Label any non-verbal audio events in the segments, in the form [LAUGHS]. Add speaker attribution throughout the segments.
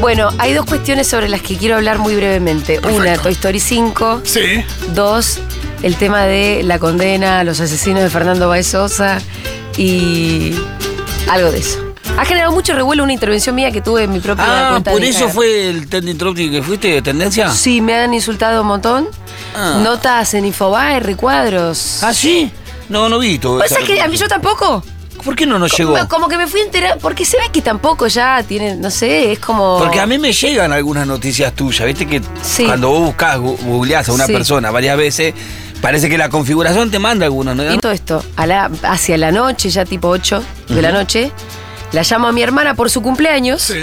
Speaker 1: Bueno, hay dos cuestiones sobre las que quiero hablar muy brevemente. Una,
Speaker 2: Perfecto.
Speaker 1: Toy Story 5.
Speaker 2: Sí.
Speaker 1: Dos, el tema de la condena a los asesinos de Fernando Baez Sosa y algo de eso. Ha generado mucho revuelo una intervención mía que tuve en mi propia
Speaker 3: Ah,
Speaker 1: cuenta
Speaker 3: por
Speaker 1: de
Speaker 3: eso
Speaker 1: Instagram.
Speaker 3: fue el trending topic que fuiste de tendencia.
Speaker 1: Sí, me han insultado un montón.
Speaker 3: Ah.
Speaker 1: Notas en Infobae, recuadros.
Speaker 3: ¿Ah, sí? No, no vi todo.
Speaker 1: ¿Pasa
Speaker 3: esa
Speaker 1: que a mí yo tampoco?
Speaker 3: ¿Por qué no nos llegó?
Speaker 1: Como, como que me fui a enterar, porque se ve que tampoco ya tienen, no sé, es como...
Speaker 3: Porque a mí me llegan algunas noticias tuyas, viste que
Speaker 1: Sí.
Speaker 3: cuando vos buscas, googleás a una
Speaker 1: Sí.
Speaker 3: persona varias veces, parece que la configuración te manda algunas, ¿no?
Speaker 1: Y todo esto, a la- hacia la noche, ya tipo 8 de la noche, la llamo a mi hermana por su cumpleaños
Speaker 2: Sí.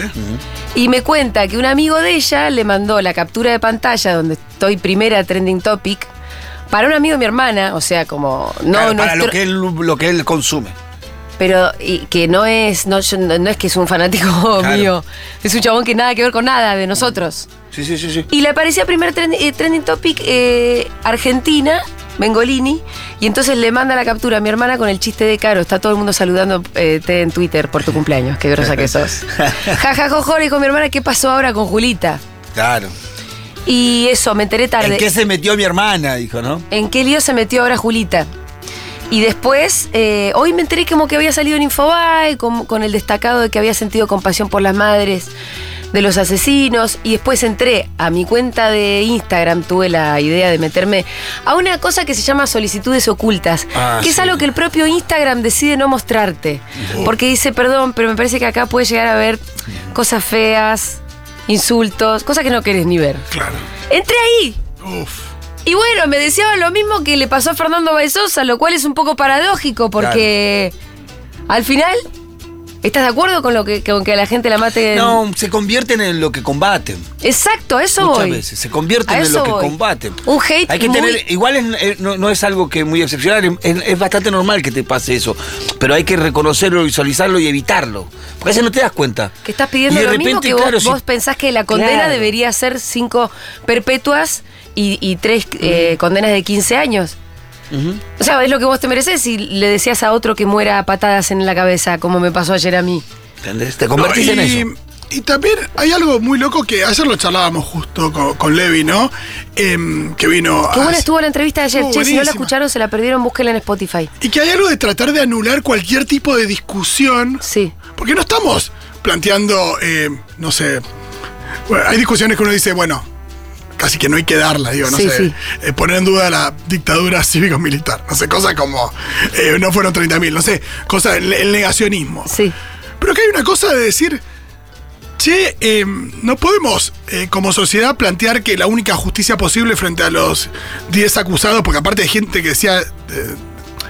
Speaker 1: y me cuenta que un amigo de ella le mandó la captura de pantalla donde estoy primera trending topic para un amigo de mi hermana, o sea, como no
Speaker 3: Claro, para
Speaker 1: nuestro-
Speaker 3: lo, que él, lo que él consume.
Speaker 1: pero y que no es no, yo- no- no es que es un fanático [LAUGHS]
Speaker 3: Claro.
Speaker 1: mío, es un chabón que nada que ver con nada de nosotros.
Speaker 3: Sí, sí, sí, sí.
Speaker 1: Y le aparecía primer tren- eh, trending topic eh, Argentina, Bengolini, y entonces le manda la captura a mi hermana con el chiste de Caro. Está todo el mundo saludando eh, te en Twitter por tu cumpleaños, qué grosa que
Speaker 3: [LAUGHS]
Speaker 1: sos. Ja, ja, jo, jo, le dijo mi hermana, ¿qué pasó ahora con Julita?
Speaker 3: Claro.
Speaker 1: Y eso, me enteré tarde.
Speaker 3: ¿En qué se metió mi hermana? Dijo, ¿no?
Speaker 1: ¿En qué lío se metió ahora Julita? Y después, eh, hoy me enteré como que había salido en Infobae con, con el destacado de que había sentido compasión por las madres de los asesinos. Y después entré a mi cuenta de Instagram, tuve la idea de meterme a una cosa que se llama solicitudes ocultas,
Speaker 3: Ah,
Speaker 1: que es
Speaker 3: sí.
Speaker 1: algo que el propio Instagram decide no mostrarte. Porque dice, perdón, pero me parece que acá puede llegar a ver cosas feas, insultos, cosas que no querés ni ver.
Speaker 2: Claro.
Speaker 1: Entré ahí.
Speaker 2: Uf.
Speaker 1: Y bueno, me deseaba lo mismo que le pasó a Fernando Baizosa, lo cual es un poco paradójico porque al final, ¿estás de acuerdo con lo que con que a la gente la mate? en-
Speaker 3: No, se convierten en lo que combaten.
Speaker 1: Exacto, a eso
Speaker 3: Muchas
Speaker 1: voy.
Speaker 3: veces. Se convierten
Speaker 1: A
Speaker 3: en
Speaker 1: eso
Speaker 3: lo que
Speaker 1: voy.
Speaker 3: combaten.
Speaker 1: Un hate
Speaker 3: Hay que
Speaker 1: muy-
Speaker 3: tener. Igual es- eh, no, no es algo que muy excepcional. Es, es bastante normal que te pase eso. Pero hay que reconocerlo, visualizarlo y evitarlo. Porque a veces no te das cuenta.
Speaker 1: Que estás pidiendo
Speaker 3: Y de
Speaker 1: lo mismo
Speaker 3: repente,
Speaker 1: que vos,
Speaker 3: claro, si-
Speaker 1: vos pensás que la condena
Speaker 3: Claro.
Speaker 1: debería ser cinco perpetuas y, y tres
Speaker 3: Mm.
Speaker 1: eh, condenas de 15 años.
Speaker 3: Ujú.
Speaker 1: O sea, es lo que vos te mereces si le decías a otro que muera a patadas en la cabeza, como me pasó ayer a mí.
Speaker 3: ¿Entendés? Te convertís
Speaker 2: No,
Speaker 3: en
Speaker 2: y-
Speaker 3: eso.
Speaker 2: Y también hay algo muy loco que ayer lo charlábamos justo con, con Levi, ¿no? Em, que vino.
Speaker 1: Qué
Speaker 2: a-
Speaker 1: buena estuvo la entrevista de ayer.
Speaker 2: Estuvo
Speaker 1: Che, si no la
Speaker 2: buenísima.
Speaker 1: escucharon, se la perdieron, búsquenla en Spotify.
Speaker 2: Y que hay algo de tratar de anular cualquier tipo de discusión.
Speaker 1: Sí.
Speaker 2: Porque no estamos planteando, eh, no sé. bueno, hay discusiones que uno dice, bueno, casi que no hay que darlas, digo, no
Speaker 1: Sí,
Speaker 2: sé.
Speaker 1: sí.
Speaker 2: eh, poner en duda la dictadura cívico-militar. No sé, cosas como. eh, no fueron 30.000, no sé. Cosas, el, el negacionismo.
Speaker 1: Sí.
Speaker 2: Pero que hay una cosa de decir. Che, eh, no podemos eh, como sociedad plantear que la única justicia posible frente a los 10 acusados, porque aparte hay gente que decía eh,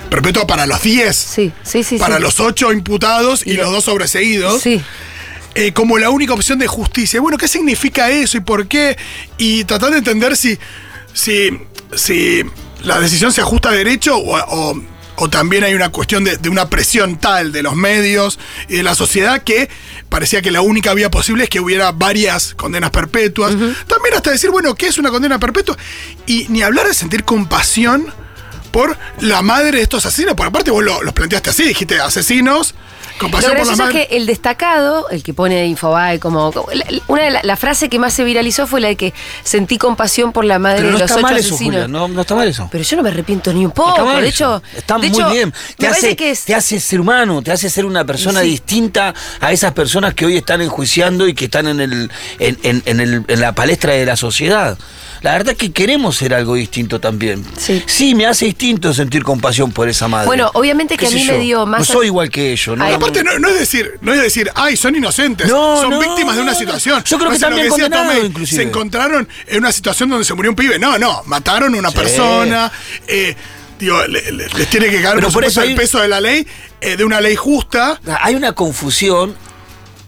Speaker 2: perpetua para los 10,
Speaker 1: Sí, sí, sí.
Speaker 2: para
Speaker 1: sí.
Speaker 2: los 8 imputados y, los dos sobreseídos,
Speaker 1: Sí.
Speaker 2: eh, como la única opción de justicia. Bueno, ¿qué significa eso y por qué? Y tratar de entender si, si, si la decisión se ajusta a derecho o, o- o también hay una cuestión de, de una presión tal de los medios y de la sociedad que parecía que la única vía posible es que hubiera varias condenas perpetuas. También hasta decir, bueno, ¿qué es una condena perpetua? Y ni hablar de sentir compasión por la madre de estos asesinos, porque aparte vos lo- los planteaste así, dijiste asesinos,
Speaker 1: Lo
Speaker 2: compasión por la
Speaker 1: gracioso es
Speaker 2: madre.
Speaker 1: que el destacado, el que pone Infobae como. como- la- la- una de la, la frase que más se viralizó fue la de que sentí compasión por la madre
Speaker 3: Pero no
Speaker 1: de los
Speaker 3: está
Speaker 1: ocho
Speaker 3: mal eso,
Speaker 1: asesinos.
Speaker 3: Julia. No, no está mal eso.
Speaker 1: Pero yo no me arrepiento ni un
Speaker 3: Está
Speaker 1: poco.
Speaker 3: mal
Speaker 1: de
Speaker 3: eso.
Speaker 1: hecho,
Speaker 3: está
Speaker 1: de
Speaker 3: muy
Speaker 1: hecho,
Speaker 3: bien. Te
Speaker 1: me
Speaker 3: hace,
Speaker 1: parece que es.
Speaker 3: te hace ser humano, te hace ser una persona
Speaker 1: Sí.
Speaker 3: distinta a esas personas que hoy están enjuiciando y que están en, el, en, en- en el- en la palestra de la sociedad. La verdad es que queremos ser algo distinto también.
Speaker 1: Sí.
Speaker 3: me hace distinto sentir compasión por esa madre.
Speaker 1: Bueno, obviamente que
Speaker 3: ¿Qué
Speaker 1: a
Speaker 3: sé
Speaker 1: mí me
Speaker 3: yo?
Speaker 1: dio más-
Speaker 3: No soy igual que ellos, ¿no?
Speaker 1: Ay,
Speaker 2: Aparte, no, no es decir, no es decir, ay, son inocentes,
Speaker 3: No,
Speaker 2: son
Speaker 3: no,
Speaker 2: víctimas de una
Speaker 3: no,
Speaker 2: situación.
Speaker 3: no. Yo creo
Speaker 2: No
Speaker 3: que
Speaker 2: es lo
Speaker 3: también
Speaker 2: decía
Speaker 3: condenado, inclusive.
Speaker 2: Se encontraron en una situación donde se murió un pibe. No, no, mataron a una
Speaker 3: Sí.
Speaker 2: persona. eh, digo, le- le- les tiene que caer
Speaker 3: Pero
Speaker 2: por
Speaker 3: por eso
Speaker 2: supuesto, el
Speaker 3: ahí-
Speaker 2: peso de la ley, eh, de una ley justa.
Speaker 3: Hay una confusión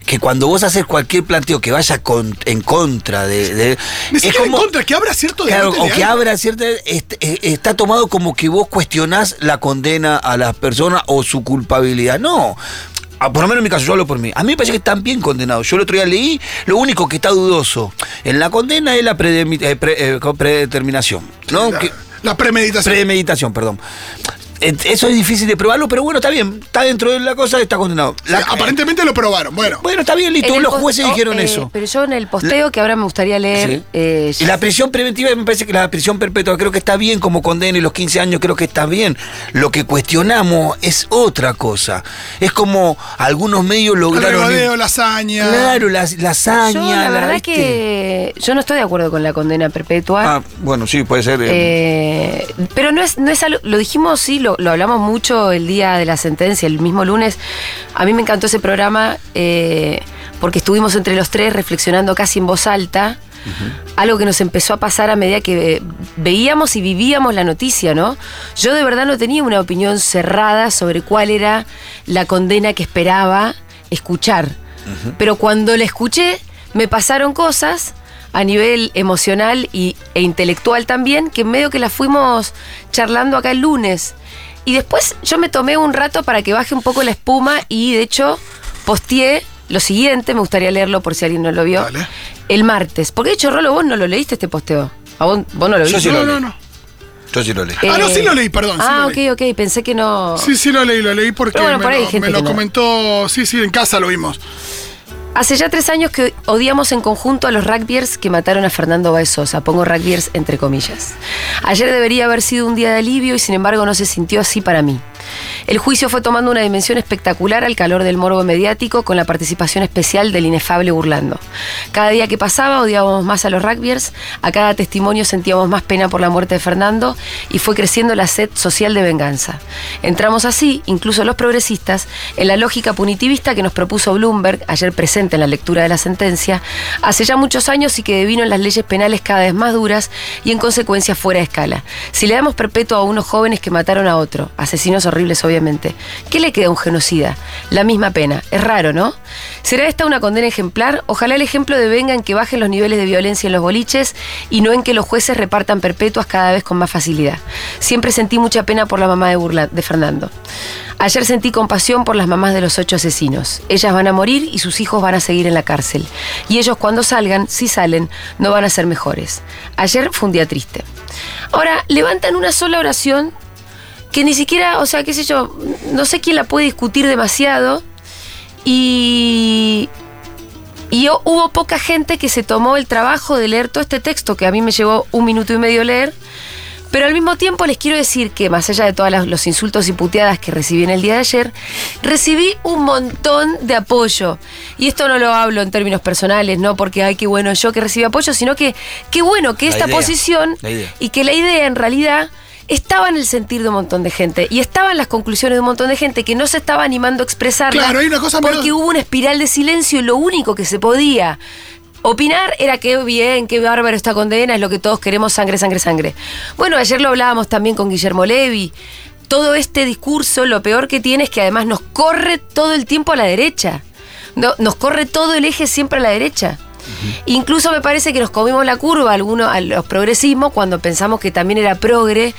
Speaker 3: que cuando vos haces cualquier planteo que vaya con- en contra de... de-
Speaker 2: Ni siquiera en contra, que
Speaker 1: [LAUGHS]
Speaker 2: abra cierto
Speaker 3: Claro,
Speaker 2: debate
Speaker 3: o que
Speaker 2: legal.
Speaker 3: abra cierta. est- eh, está tomado como que vos cuestionás la condena a las personas o su culpabilidad. No. Ah, por lo menos en mi caso, yo hablo por mí. A mí me parece que están bien condenados. Yo el otro día leí, lo único que está dudoso en la condena es la predemi- eh, pre- eh, predeterminación. ¿no?
Speaker 2: La,
Speaker 3: Que-
Speaker 2: la premeditación.
Speaker 3: premeditación, perdón. eh, eso es difícil de probarlo, pero bueno, está bien. Está dentro de la cosa, está condenado. La-
Speaker 2: Aparentemente lo probaron. Bueno,
Speaker 3: bueno, está bien,
Speaker 1: En
Speaker 3: listo.
Speaker 1: el
Speaker 3: Los
Speaker 1: post-
Speaker 3: jueces
Speaker 1: oh,
Speaker 3: dijeron
Speaker 1: eh,
Speaker 3: eso.
Speaker 1: Pero yo en el posteo que ahora me gustaría leer.
Speaker 3: Sí.
Speaker 1: eh,
Speaker 3: Y la prisión preventiva me parece que la prisión perpetua creo que está bien como condena y los 15 años creo que está bien. Lo que cuestionamos es otra cosa. Es como algunos medios
Speaker 2: el
Speaker 3: lograron...
Speaker 2: regodeo, la hazaña.
Speaker 3: Claro, la, la este. hazaña,
Speaker 1: yo la verdad
Speaker 3: ¿viste?
Speaker 1: que yo no estoy de acuerdo con la condena perpetua.
Speaker 3: Ah, bueno, sí, puede ser. eh,
Speaker 1: Eh, pero no es, no es algo, lo dijimos, sí, lo, lo hablamos mucho el día de la sentencia, el mismo lunes. A mí me encantó ese programa eh, porque estuvimos entre los tres reflexionando casi en voz alta. Algo que nos empezó a pasar a medida que eh, veíamos y vivíamos la noticia, ¿no? Yo de verdad no tenía una opinión cerrada sobre cuál era la condena que esperaba escuchar. Pero cuando la escuché, me pasaron cosas a nivel emocional y, e intelectual también, que medio que las fuimos charlando acá el lunes. Y después yo me tomé un rato para que baje un poco la espuma y de hecho posteé lo siguiente, me gustaría leerlo por si alguien no lo vio,
Speaker 2: Dale.
Speaker 1: el martes. Porque de hecho, Rolo, vos no lo leíste este posteo. ¿A vos, vos no lo
Speaker 3: Yo
Speaker 1: viste?
Speaker 3: sí lo
Speaker 2: no,
Speaker 3: leí.
Speaker 2: no, no.
Speaker 3: Yo sí lo leí.
Speaker 2: Ah, no, sí lo leí, perdón, sí
Speaker 1: Ah,
Speaker 2: lo
Speaker 1: ok,
Speaker 2: leí.
Speaker 1: ok, pensé que no...
Speaker 2: Sí, sí lo leí, lo leí porque
Speaker 1: Pero bueno,
Speaker 2: me,
Speaker 1: por ahí hay
Speaker 2: lo,
Speaker 1: gente
Speaker 2: me lo
Speaker 1: que no.
Speaker 2: comentó. Sí, sí, en casa lo vimos.
Speaker 1: Hace ya tres años que odiamos en conjunto a los rugbyers que mataron a Fernando Baez Sosa. Pongo rugbyers entre comillas. Ayer debería haber sido un día de alivio y sin embargo no se sintió así para mí. El juicio fue tomando una dimensión espectacular al calor del morbo mediático con la participación especial del inefable burlando. Cada día que pasaba odiábamos más a los rugbyers, a cada testimonio sentíamos más pena por la muerte de Fernando y fue creciendo la sed social de venganza. Entramos así, incluso los progresistas, en la lógica punitivista que nos propuso Bloomberg, ayer presente en la lectura de la sentencia, hace ya muchos años y que devino en las leyes penales cada vez más duras y en consecuencia fuera de escala. Si le damos perpetuo a unos jóvenes que mataron a otro, asesinos horribles obviamente, ¿qué le queda a un genocida? La misma pena. Es raro, ¿no? ¿Será esta una condena ejemplar? Ojalá el ejemplo devenga en que bajen los niveles de violencia en los boliches y no en que los jueces repartan perpetuas cada vez con más facilidad. Siempre sentí mucha pena por la mamá de, Burla- de Fernando. Ayer sentí compasión por las mamás de los ocho asesinos. Ellas van a morir y sus hijos van a seguir en la cárcel. Y ellos cuando salgan, si salen, no van a ser mejores. Ayer fue un día triste. Ahora, levantan una sola oración que ni siquiera, o sea, qué sé yo, no sé quién la puede discutir demasiado. Y, y hu- hubo poca gente que se tomó el trabajo de leer todo este texto, que a mí me llevó un minuto y medio leer. Pero al mismo tiempo les quiero decir que, más allá de todos los insultos y puteadas que recibí en el día de ayer, recibí un montón de apoyo. Y esto no lo hablo en términos personales, no porque, ay, qué bueno yo que recibí apoyo, sino que, qué bueno que
Speaker 3: La
Speaker 1: esta
Speaker 3: idea,
Speaker 1: posición
Speaker 3: la idea.
Speaker 1: y que la idea en realidad estaba en el sentir de un montón de gente y estaban las conclusiones de un montón de gente que no se estaba animando a expresarla
Speaker 2: Claro, hay una cosa menos-
Speaker 1: porque hubo una espiral de silencio y lo único que se podía opinar era qué bien, qué bárbaro esta condena, es lo que todos queremos, sangre, sangre, sangre. Bueno, ayer lo hablábamos también con Guillermo Levi. Todo este discurso, lo peor que tiene es que además nos corre todo el tiempo a la derecha. No, nos corre todo el eje siempre a la derecha. Incluso me parece que nos comimos la curva a, alguno, a los progresismos cuando pensamos que también era progre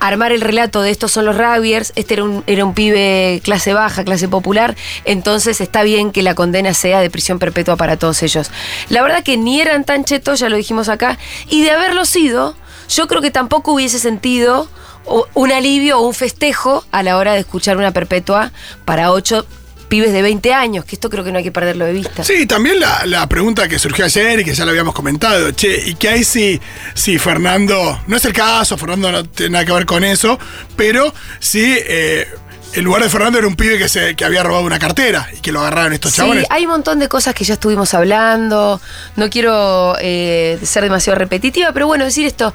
Speaker 1: armar el relato de estos son los Rabiers, este era un, era un pibe clase baja, clase popular, entonces está bien que la condena sea de prisión perpetua para todos ellos. La verdad que ni eran tan chetos, ya lo dijimos acá, y de haberlo sido, yo creo que tampoco hubiese sentido o- un alivio o un festejo a la hora de escuchar una perpetua para ocho pibes de 20 años, que esto creo que no hay que perderlo de vista.
Speaker 2: Sí, también la, la pregunta que surgió ayer y que ya la habíamos comentado, che, ¿y qué hay si, si Fernando, no es el caso, Fernando no tiene nada que ver con eso, pero si eh, el lugar de Fernando era un pibe que, se, que había robado una cartera y que lo agarraron estos
Speaker 1: Sí,
Speaker 2: chabones?
Speaker 1: hay un montón de cosas que ya estuvimos hablando. No quiero eh, ser demasiado repetitiva, pero bueno, decir esto.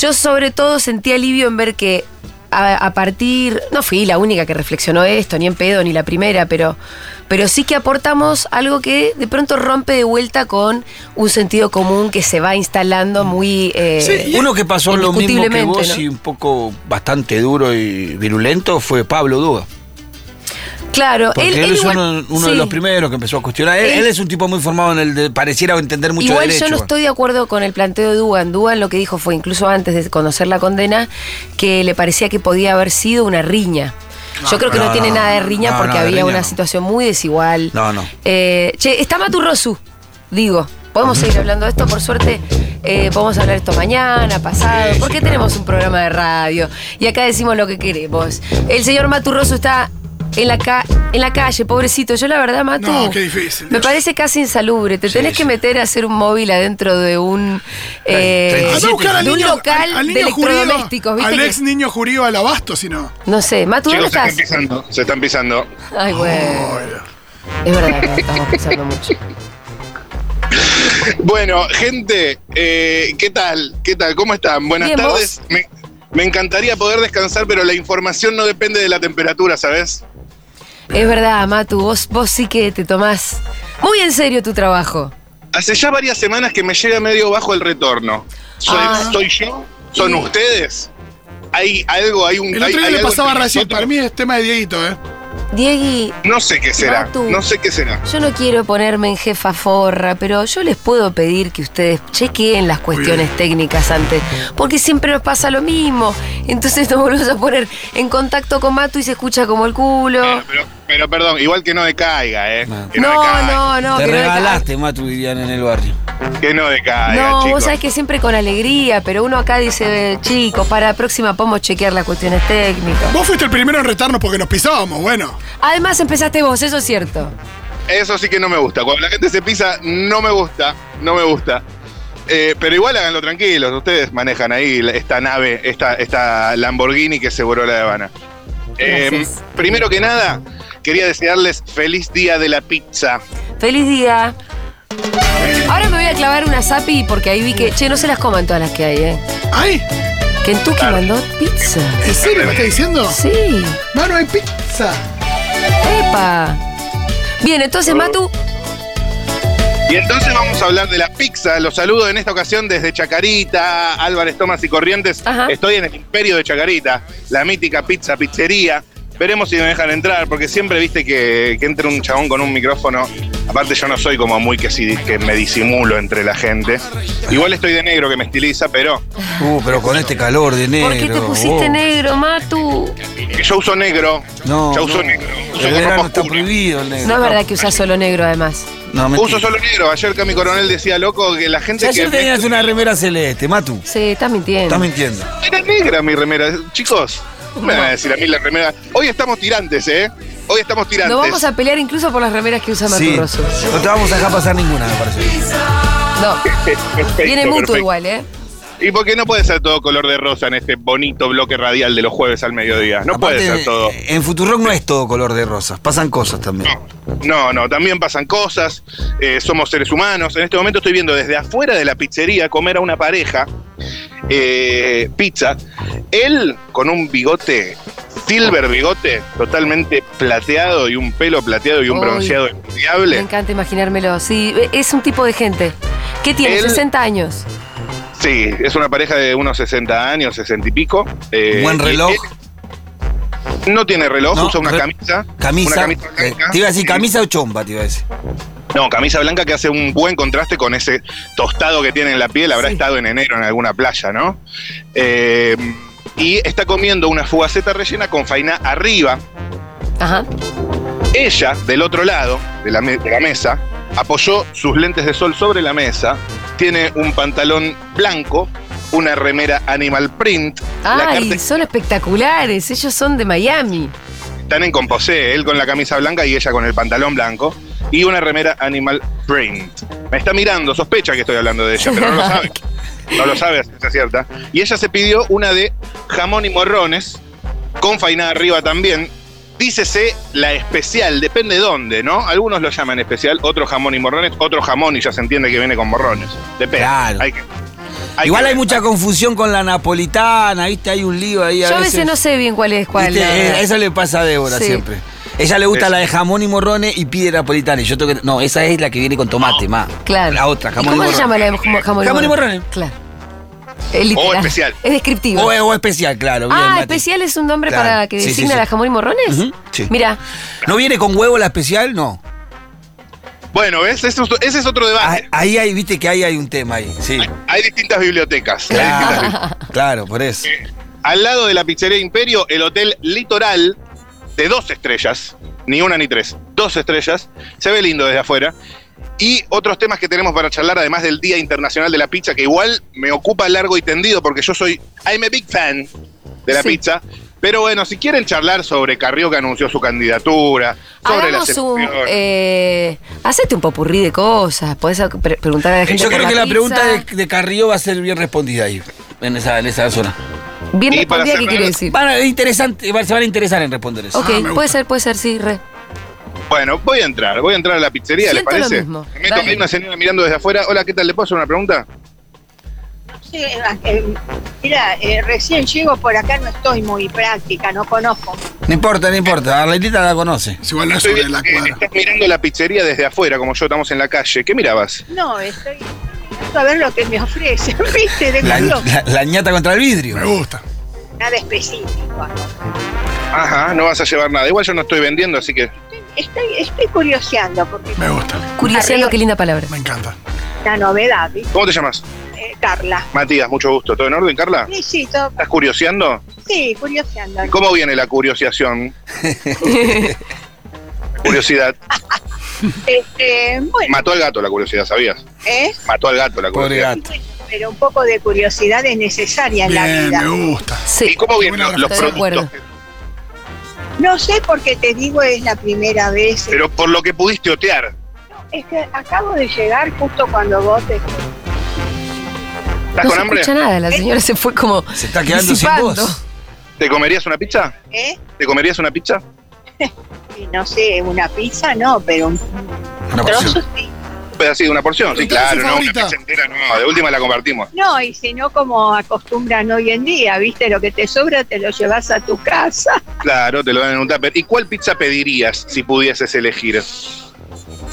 Speaker 1: Yo sobre todo sentí alivio en ver que a, a partir. No fui la única que reflexionó esto, ni en pedo, ni la primera, pero, pero sí que aportamos algo que de pronto rompe de vuelta con un sentido común que se va instalando muy. eh,
Speaker 2: Sí, y-
Speaker 3: Uno que pasó lo mismo que
Speaker 1: indiscutiblemente,
Speaker 3: vos
Speaker 1: ¿no?
Speaker 3: y un poco bastante duro y virulento fue Pablo Duda.
Speaker 1: Claro,
Speaker 3: Porque él, es
Speaker 1: igual-
Speaker 3: uno, uno de
Speaker 1: sí.
Speaker 3: los primeros que empezó a cuestionar. Él,
Speaker 1: Él-
Speaker 3: él es un tipo muy formado en el de, pareciera entender mucho
Speaker 1: Igual
Speaker 3: derecho.
Speaker 1: yo no estoy de acuerdo con el planteo de Dugan. Dugan lo que dijo fue, incluso antes de conocer la condena, que le parecía que podía haber sido una riña. Yo creo que no,
Speaker 3: no,
Speaker 1: tiene
Speaker 3: no,
Speaker 1: nada de riña
Speaker 3: no,
Speaker 1: porque
Speaker 3: no, de
Speaker 1: había
Speaker 3: riña
Speaker 1: una
Speaker 3: no.
Speaker 1: situación muy desigual.
Speaker 3: No, no.
Speaker 1: Eh, che, está Maturrosu, digo. Podemos seguir hablando de esto, por suerte. eh, podemos hablar esto mañana, pasado, porque tenemos un programa de radio y acá decimos lo que queremos. El señor Maturroso está en la, ca- en la calle, pobrecito. Yo la verdad, Matu,
Speaker 2: No, qué difícil,
Speaker 1: me
Speaker 2: Dios.
Speaker 1: parece casi insalubre. Te tenés que meter a hacer un móvil adentro de un... eh,
Speaker 2: Anda a buscar Ah, al
Speaker 1: de un
Speaker 2: niño,
Speaker 1: local
Speaker 2: al- al
Speaker 1: de
Speaker 2: niño
Speaker 1: electrodomésticos,
Speaker 2: jurío,
Speaker 1: ¿viste?
Speaker 2: al
Speaker 1: que-
Speaker 2: ex niño jurío al abasto, si no.
Speaker 1: no sé, Matu, ¿dónde
Speaker 4: Chicos, se están
Speaker 1: estás?
Speaker 4: pisando. Se están pisando.
Speaker 1: Ay, bueno. Es verdad que nos estamos pensando mucho.
Speaker 4: Bueno, gente, eh, ¿qué tal? ¿Qué tal? ¿Cómo están? Buenas
Speaker 1: Bien,
Speaker 4: tardes. Me, me encantaría poder descansar, pero la información no depende de la temperatura, ¿sabes?
Speaker 1: Es verdad, Matu, vos, vos sí que te tomás muy en serio tu trabajo.
Speaker 4: Hace ya varias semanas que me llega medio bajo el retorno. ¿Soy,
Speaker 1: Ah.
Speaker 4: soy yo? ¿Son ustedes? ¿Hay algo? ¿Hay un
Speaker 2: El
Speaker 4: hay-
Speaker 2: otro día
Speaker 4: hay
Speaker 2: le
Speaker 4: algo
Speaker 2: pasaba a
Speaker 4: entre
Speaker 2: Racing,
Speaker 4: nosotros?
Speaker 2: para mí es tema de Dieguito, ¿eh?
Speaker 1: Diegui,
Speaker 4: No sé qué será.
Speaker 1: Matu.
Speaker 4: No sé qué será.
Speaker 1: yo no quiero ponerme en jefa forra, pero yo les puedo pedir que ustedes chequeen las cuestiones técnicas antes, porque siempre nos pasa lo mismo. Entonces nos volvemos a poner en contacto con Matu y se escucha como el culo.
Speaker 4: Pero, pero- pero perdón, igual que no decaiga, ¿eh?
Speaker 3: No.
Speaker 4: Ah, Que no,
Speaker 1: No,
Speaker 4: decaiga.
Speaker 1: no, no.
Speaker 3: Te
Speaker 1: que no deca-
Speaker 3: regalaste, Matu, dirían en
Speaker 1: [LAUGHS]
Speaker 3: el barrio.
Speaker 4: Que no decaiga,
Speaker 1: No,
Speaker 4: chicos.
Speaker 1: vos sabés que siempre con alegría, pero uno acá dice, chicos, para la próxima podemos chequear las cuestiones técnicas.
Speaker 2: Vos fuiste el primero en retarnos porque nos pisábamos, bueno.
Speaker 1: Además empezaste vos, eso es cierto.
Speaker 4: Eso sí que no me gusta. Cuando la gente se pisa, no me gusta, no me gusta. Eh, pero igual háganlo tranquilos, ustedes manejan ahí la- esta nave, esta, esta Lamborghini que se voló a la Habana. Eh,
Speaker 1: Gracias.
Speaker 4: primero que nada, quería desearles feliz día de la pizza.
Speaker 1: Feliz día. Ahora me voy a clavar una zapi porque ahí vi que, che, no se las coman todas las que hay, ¿eh?
Speaker 2: ¡Ay!
Speaker 1: Kentucky
Speaker 4: Claro.
Speaker 1: mandó pizza.
Speaker 2: ¿En serio me está diciendo?
Speaker 1: Sí.
Speaker 2: Mano, hay pizza.
Speaker 1: Epa. Bien, entonces, Matu,
Speaker 4: Y entonces vamos a hablar de la pizza. Los saludo en esta ocasión desde Chacarita, Álvarez Tomás y Corrientes.
Speaker 1: Ajá.
Speaker 4: Estoy en el imperio de Chacarita, la mítica pizza pizzería. Veremos si me dejan entrar, porque siempre viste que, que entra un chabón con un micrófono. Aparte yo no soy como muy que, si- que me disimulo entre la gente. Igual estoy de negro que me estiliza, pero
Speaker 3: Uh, pero con este calor de negro.
Speaker 1: ¿por qué te pusiste
Speaker 3: oh.
Speaker 1: negro, Matu?
Speaker 4: yo uso negro.
Speaker 3: No.
Speaker 4: yo
Speaker 3: no.
Speaker 4: uso negro. Uso
Speaker 3: El
Speaker 4: con ropa
Speaker 3: verano está
Speaker 4: oscura.
Speaker 3: prohibido el negro.
Speaker 1: No es verdad que usás solo negro, además.
Speaker 3: No, mentira.
Speaker 4: Uso solo negro. Ayer Cami Coronel decía, loco, que la gente
Speaker 3: Si ayer
Speaker 4: que...
Speaker 3: tenías una remera celeste, Matu.
Speaker 1: Sí, estás mintiendo.
Speaker 3: Estás mintiendo.
Speaker 4: Era negra mi remera. Chicos, no me van a decir a mí la remera. Hoy estamos tirantes, ¿eh? Hoy estamos tirantes.
Speaker 1: Nos vamos a pelear incluso por las remeras que usa Matu
Speaker 3: Sí.
Speaker 1: Rosso.
Speaker 3: No te vamos a dejar pasar ninguna, me parece.
Speaker 1: No,
Speaker 4: Perfecto,
Speaker 1: viene mutuo
Speaker 4: perfecto.
Speaker 1: igual, ¿eh?
Speaker 4: ¿Y por qué no puede ser todo color de rosa en este bonito bloque radial de los jueves al mediodía? No
Speaker 3: Aparte,
Speaker 4: puede ser todo.
Speaker 3: En Futurock no es todo color de rosas. Pasan cosas también.
Speaker 4: No, no, también pasan cosas, eh, somos seres humanos. En este momento estoy viendo desde afuera de la pizzería comer a una pareja eh, pizza. Él con un bigote, silver bigote, totalmente plateado y un pelo plateado y un
Speaker 1: Uy.
Speaker 4: bronceado
Speaker 1: Me
Speaker 4: envidiable.
Speaker 1: encanta imaginármelo. Sí, es un tipo de gente que tiene
Speaker 4: Él-
Speaker 1: 60 años.
Speaker 4: Sí, es una pareja de unos 60 años, 60 y pico. Eh,
Speaker 3: Buen
Speaker 4: y
Speaker 3: reloj.
Speaker 4: él no tiene reloj,
Speaker 3: No,
Speaker 4: usa una
Speaker 3: re-
Speaker 4: camisa.
Speaker 3: Camisa.
Speaker 4: Una camisa
Speaker 3: eh,
Speaker 4: blanca.
Speaker 3: te iba a decir
Speaker 4: Sí.
Speaker 3: camisa o chomba, te iba a decir.
Speaker 4: No, camisa blanca que hace un buen contraste con ese tostado que tiene en la piel. Habrá
Speaker 1: Sí.
Speaker 4: estado en enero en alguna playa, ¿no? Eh, y está comiendo una fugaceta rellena con fainá arriba.
Speaker 1: Ajá.
Speaker 4: Ella, del otro lado de la, me- de la mesa, apoyó sus lentes de sol sobre la mesa. Tiene un pantalón blanco, una remera animal print. la
Speaker 1: Ay,
Speaker 4: cartera-
Speaker 1: son espectaculares. Ellos son de Miami.
Speaker 4: Están en composé, él con la camisa blanca y ella con el pantalón blanco y una remera Animal Print. Me está mirando, sospecha que estoy hablando de ella, pero no lo
Speaker 3: [LAUGHS]
Speaker 4: sabe. No lo sabe, es cierta. Y ella se pidió una de jamón y morrones, con fainá arriba también. Dícese la especial, depende dónde, ¿no? Algunos lo llaman especial, otro jamón y morrones, otro jamón y ya se entiende que viene con morrones. Depende.
Speaker 3: Claro.
Speaker 4: Hay que- hay
Speaker 3: Igual
Speaker 4: que
Speaker 3: hay
Speaker 4: ver.
Speaker 3: mucha confusión con la napolitana, ¿viste? Hay un lío ahí.
Speaker 1: Yo a veces no sé bien cuál es cuál.
Speaker 3: ¿Viste?
Speaker 1: Pues la verdad.
Speaker 3: Eh, Eso le pasa a Débora
Speaker 1: Sí.
Speaker 3: siempre. Ella le gusta
Speaker 4: Es-
Speaker 3: la de jamón y morrones y pide napolitana. Y yo tengo que- No, esa es la que viene con tomate, ma.
Speaker 1: Claro.
Speaker 3: La otra,
Speaker 1: ¿Y
Speaker 3: jamón y
Speaker 1: ¿Cómo
Speaker 3: morrones.
Speaker 1: se llama la de jam- jamón,
Speaker 3: Jamón y
Speaker 1: morrones?
Speaker 3: morrones.
Speaker 1: Claro. Es literal.
Speaker 4: especial.
Speaker 1: Es descriptivo.
Speaker 3: O, o especial, claro. bien,
Speaker 1: ah,
Speaker 3: Mati.
Speaker 1: especial es un nombre
Speaker 3: Claro.
Speaker 1: para que
Speaker 3: Sí, sí,
Speaker 1: designa
Speaker 3: sí.
Speaker 1: la jamón y morrones.
Speaker 3: Ujú, sí.
Speaker 1: Mira,
Speaker 3: ¿No viene con huevo la especial? No.
Speaker 4: Bueno, ¿ves? Eso- Ese es otro
Speaker 3: Ah,
Speaker 4: debate.
Speaker 3: Ahí hay, viste que ahí hay un tema ahí. Sí.
Speaker 4: Hay distintas bibliotecas. hay distintas bibliotecas.
Speaker 3: Claro, claro, por eso.
Speaker 4: Al lado de la pizzería Imperio, el hotel Litoral, de dos estrellas, ni una ni tres, dos estrellas, se ve lindo desde afuera. Y otros temas que tenemos para charlar, además del Día Internacional de la Pizza, que igual me ocupa largo y tendido, porque yo soy, I'm a big fan de la
Speaker 1: Sí.
Speaker 4: pizza. Pero bueno, si quieren charlar sobre Carrió que anunció su candidatura, sobre
Speaker 1: Hagamos
Speaker 4: la
Speaker 1: un.
Speaker 4: selección.
Speaker 1: eh, hacete un popurrí de cosas. Podés a- pre- preguntar a la gente.
Speaker 3: Yo
Speaker 1: por
Speaker 3: creo que la
Speaker 1: pizza.
Speaker 3: pregunta de, de Carrillo va a ser bien respondida ahí, en esa, en esa zona.
Speaker 1: Bien
Speaker 4: Y para
Speaker 1: respondida,
Speaker 4: Ah,
Speaker 1: ¿qué
Speaker 4: cerrar-
Speaker 1: quiere decir?
Speaker 3: Van a, interesante, van- se van a interesar en responder eso.
Speaker 1: Ok,
Speaker 2: Ah, me
Speaker 1: puede
Speaker 2: gusta.
Speaker 1: ser, puede ser, sí, re.
Speaker 4: Bueno, voy a entrar, voy a entrar a la pizzería, ¿les
Speaker 1: Siento lo
Speaker 4: parece?
Speaker 1: mismo.
Speaker 4: Me meto
Speaker 1: Dale.
Speaker 4: que hay una señora mirando desde afuera. Hola, ¿qué tal? ¿Le puedo hacer una pregunta?
Speaker 5: Sí, eh, eh, mira, eh, recién llego por acá, no estoy muy práctica, no conozco.
Speaker 3: No importa, no importa. Arletita la conoce.
Speaker 2: Es igual no es
Speaker 4: Estoy
Speaker 2: sobre
Speaker 4: viendo
Speaker 2: la
Speaker 4: que
Speaker 2: cuadra.
Speaker 4: estás mirando la pizzería desde afuera, como yo, estamos en la calle. ¿Qué mirabas?
Speaker 5: No, estoy mirando a ver lo que me ofrece, [LAUGHS] ¿viste? De
Speaker 3: La,
Speaker 5: culo.
Speaker 3: la- la ñata contra el vidrio.
Speaker 2: Me gusta.
Speaker 5: Nada específico.
Speaker 4: Ajá, no vas a llevar nada. Igual yo no estoy vendiendo, así que
Speaker 5: Estoy, estoy curioseando porque
Speaker 2: Me gusta.
Speaker 1: Curioseando,
Speaker 5: Arriba.
Speaker 1: qué linda
Speaker 4: [LAUGHS]
Speaker 1: palabra.
Speaker 2: Me encanta.
Speaker 5: la novedad, ¿viste?
Speaker 4: ¿Cómo te llamas?
Speaker 5: Eh, Carla.
Speaker 4: Matías, mucho gusto. ¿Todo en orden, Carla?
Speaker 5: Sí, sí, todo-
Speaker 4: ¿Estás curioseando?
Speaker 5: sí, curioseando.
Speaker 4: ¿Cómo viene la curiosiación?
Speaker 1: [LAUGHS]
Speaker 4: curiosidad.
Speaker 5: Este, bueno,
Speaker 4: Mató al gato la curiosidad, ¿sabías?
Speaker 5: ¿eh?
Speaker 4: Mató al gato la
Speaker 3: Pobre
Speaker 4: curiosidad.
Speaker 3: gato.
Speaker 5: pero un poco de curiosidad es necesaria en la
Speaker 2: Bien,
Speaker 5: vida.
Speaker 2: me gusta.
Speaker 4: ¿Y
Speaker 1: Sí.
Speaker 4: cómo vienen
Speaker 2: Buena
Speaker 4: los, los
Speaker 1: respuesta. Estoy de
Speaker 4: productos?
Speaker 5: No sé porque te digo es la primera vez.
Speaker 4: Pero por lo que pudiste otear.
Speaker 5: Es que acabo de llegar justo cuando vos te
Speaker 4: ¿Estás
Speaker 1: No
Speaker 4: con
Speaker 1: se
Speaker 4: hambre? ¿Eh?
Speaker 1: escucha nada, la señora se fue como.
Speaker 3: Se está quedando sin
Speaker 1: disipando.
Speaker 3: voz.
Speaker 4: ¿Te comerías una pizza?
Speaker 5: ¿Eh?
Speaker 4: ¿Te comerías una pizza?
Speaker 5: Y no sé, una pizza no, pero un
Speaker 3: Una
Speaker 5: trozo
Speaker 3: porción.
Speaker 5: sí.
Speaker 4: Un pedacito, Pues una porción. Sí,
Speaker 2: Entonces,
Speaker 4: claro, no, una
Speaker 2: favorita.
Speaker 4: pizza entera no. De última la compartimos.
Speaker 5: No, y si no, como acostumbran hoy en día, ¿viste? Lo que te sobra te lo llevas a tu casa.
Speaker 4: Claro, te lo dan en un tupper. ¿Y cuál pizza pedirías si pudieses elegir?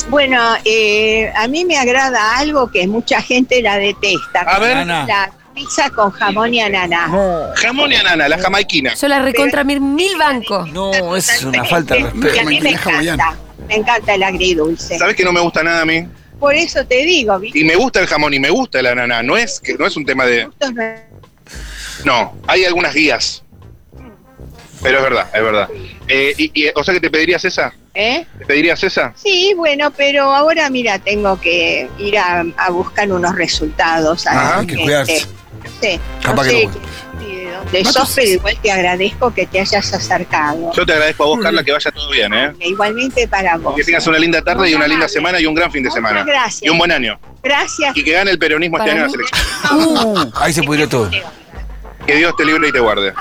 Speaker 5: Bueno, eh, a mí me agrada algo que mucha gente la detesta.
Speaker 4: A ver.
Speaker 3: Ana.
Speaker 5: La pizza con jamón y ananá.
Speaker 4: Jamón y anana, la jamaiquina.
Speaker 1: Yo la
Speaker 4: ¿Eh?
Speaker 1: recontra mil, mil banco.
Speaker 3: No, es una falta de
Speaker 5: Totalmente. Y a
Speaker 3: respeto.
Speaker 5: mí me
Speaker 2: Mantequilla hawaiana.
Speaker 5: encanta. Me encanta el agridulce.
Speaker 4: ¿Sabes que no me gusta nada a mí?
Speaker 5: Por eso te digo, ¿viste?
Speaker 4: Y me gusta el jamón y me gusta el ananá. No es, que, no es un tema de...
Speaker 5: Gustos no-
Speaker 4: No, hay algunas guías. Pero es verdad, es verdad. Eh, y, y- o sea que te pedirías esa.
Speaker 5: ¿Eh?
Speaker 4: ¿Te pedirías esa?
Speaker 5: Sí, bueno, pero ahora mira, tengo que ir a, a buscar unos resultados.
Speaker 3: Ah,
Speaker 5: así
Speaker 3: hay que cuidarse.
Speaker 5: no sé,
Speaker 3: Capaz
Speaker 5: no
Speaker 3: que
Speaker 5: sé
Speaker 3: no
Speaker 5: qué- de dónde sos, pero igual te agradezco que te hayas acercado.
Speaker 4: Yo te agradezco a vos, Carla, que vaya todo bien, ¿eh?
Speaker 5: Igualmente para vos.
Speaker 4: Que tengas una linda tarde y una linda semana y un gran fin de
Speaker 5: Muchas
Speaker 4: semana.
Speaker 5: gracias.
Speaker 4: Y un buen año.
Speaker 5: Gracias.
Speaker 4: Y que gane el peronismo este
Speaker 1: Para
Speaker 4: año en la
Speaker 1: mí-
Speaker 4: selección.
Speaker 3: Uh, ahí se pudrió todo.
Speaker 4: Que Dios te libre y te guarde.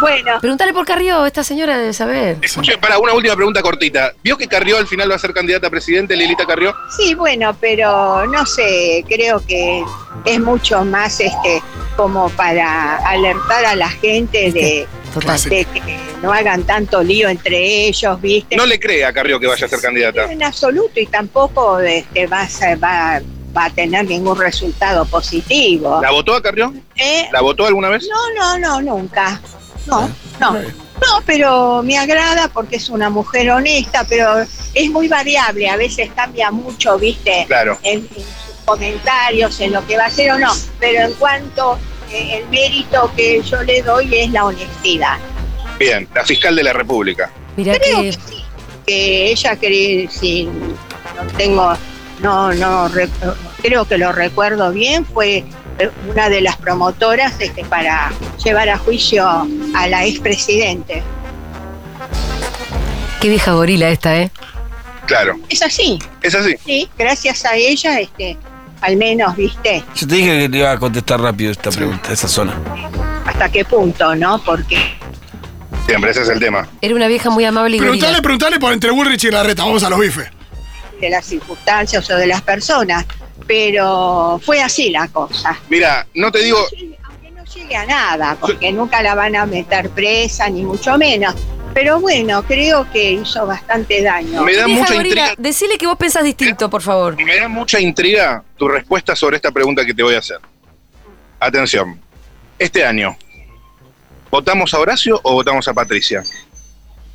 Speaker 5: Bueno,
Speaker 1: Pregúntale por Carrió, esta señora debe saber.
Speaker 4: Escuche, para una última pregunta cortita. ¿Vio que Carrió al final va a ser candidata a presidente, Lilita Carrió?
Speaker 5: sí, bueno, pero no sé, creo que es mucho más este como para alertar a la gente de,
Speaker 1: Total.
Speaker 5: de que no hagan tanto lío entre ellos, ¿viste?
Speaker 4: No le cree a Carrió que vaya a ser candidata.
Speaker 5: En absoluto, y tampoco este, va, a ser- va, va a tener ningún resultado positivo.
Speaker 4: ¿La votó a Carrió?
Speaker 5: ¿Eh?
Speaker 4: ¿La votó alguna vez?
Speaker 5: No, no, no, nunca. No, no. No, pero me agrada porque es una mujer honesta, pero es muy variable, a veces cambia mucho, ¿viste?
Speaker 4: Claro.
Speaker 5: En, en sus comentarios, en lo que va a hacer o no, pero en cuanto eh, el mérito que yo le doy es la honestidad.
Speaker 4: Bien, la fiscal de la República.
Speaker 1: Mirá
Speaker 5: Creo que
Speaker 1: que.
Speaker 5: sí, que ella cree, si no tengo, no, no, re- creo que lo recuerdo bien, fue eh, una de las promotoras este, para llevar a juicio a la expresidente.
Speaker 1: Qué vieja gorila esta, ¿eh?
Speaker 4: Claro.
Speaker 5: Es así,
Speaker 4: Es así.
Speaker 5: sí, gracias a ella, este, al menos, viste,
Speaker 3: Yo te dije que te iba a contestar rápido esta pregunta, esa zona.
Speaker 5: hasta qué punto, ¿no? Porque
Speaker 4: Siempre, ese es el tema.
Speaker 1: Era una vieja muy amable y
Speaker 2: Preguntale,
Speaker 1: gorila.
Speaker 2: preguntale por entre Bullrich y la reta. Vamos a los bifes.
Speaker 5: de las circunstancias o de las personas, pero fue así la cosa.
Speaker 4: Mira, no te digo,
Speaker 5: aunque no llegue a nada, porque nunca la van a meter presa, ni mucho menos. Pero bueno, creo que hizo bastante daño.
Speaker 4: me da
Speaker 1: Vieja
Speaker 4: mucha
Speaker 1: gorila,
Speaker 4: intriga.
Speaker 1: decile que vos pensás distinto, por favor.
Speaker 4: Me da mucha intriga tu respuesta sobre esta pregunta que te voy a hacer. Atención. Este año, ¿votamos a Horacio o votamos a Patricia?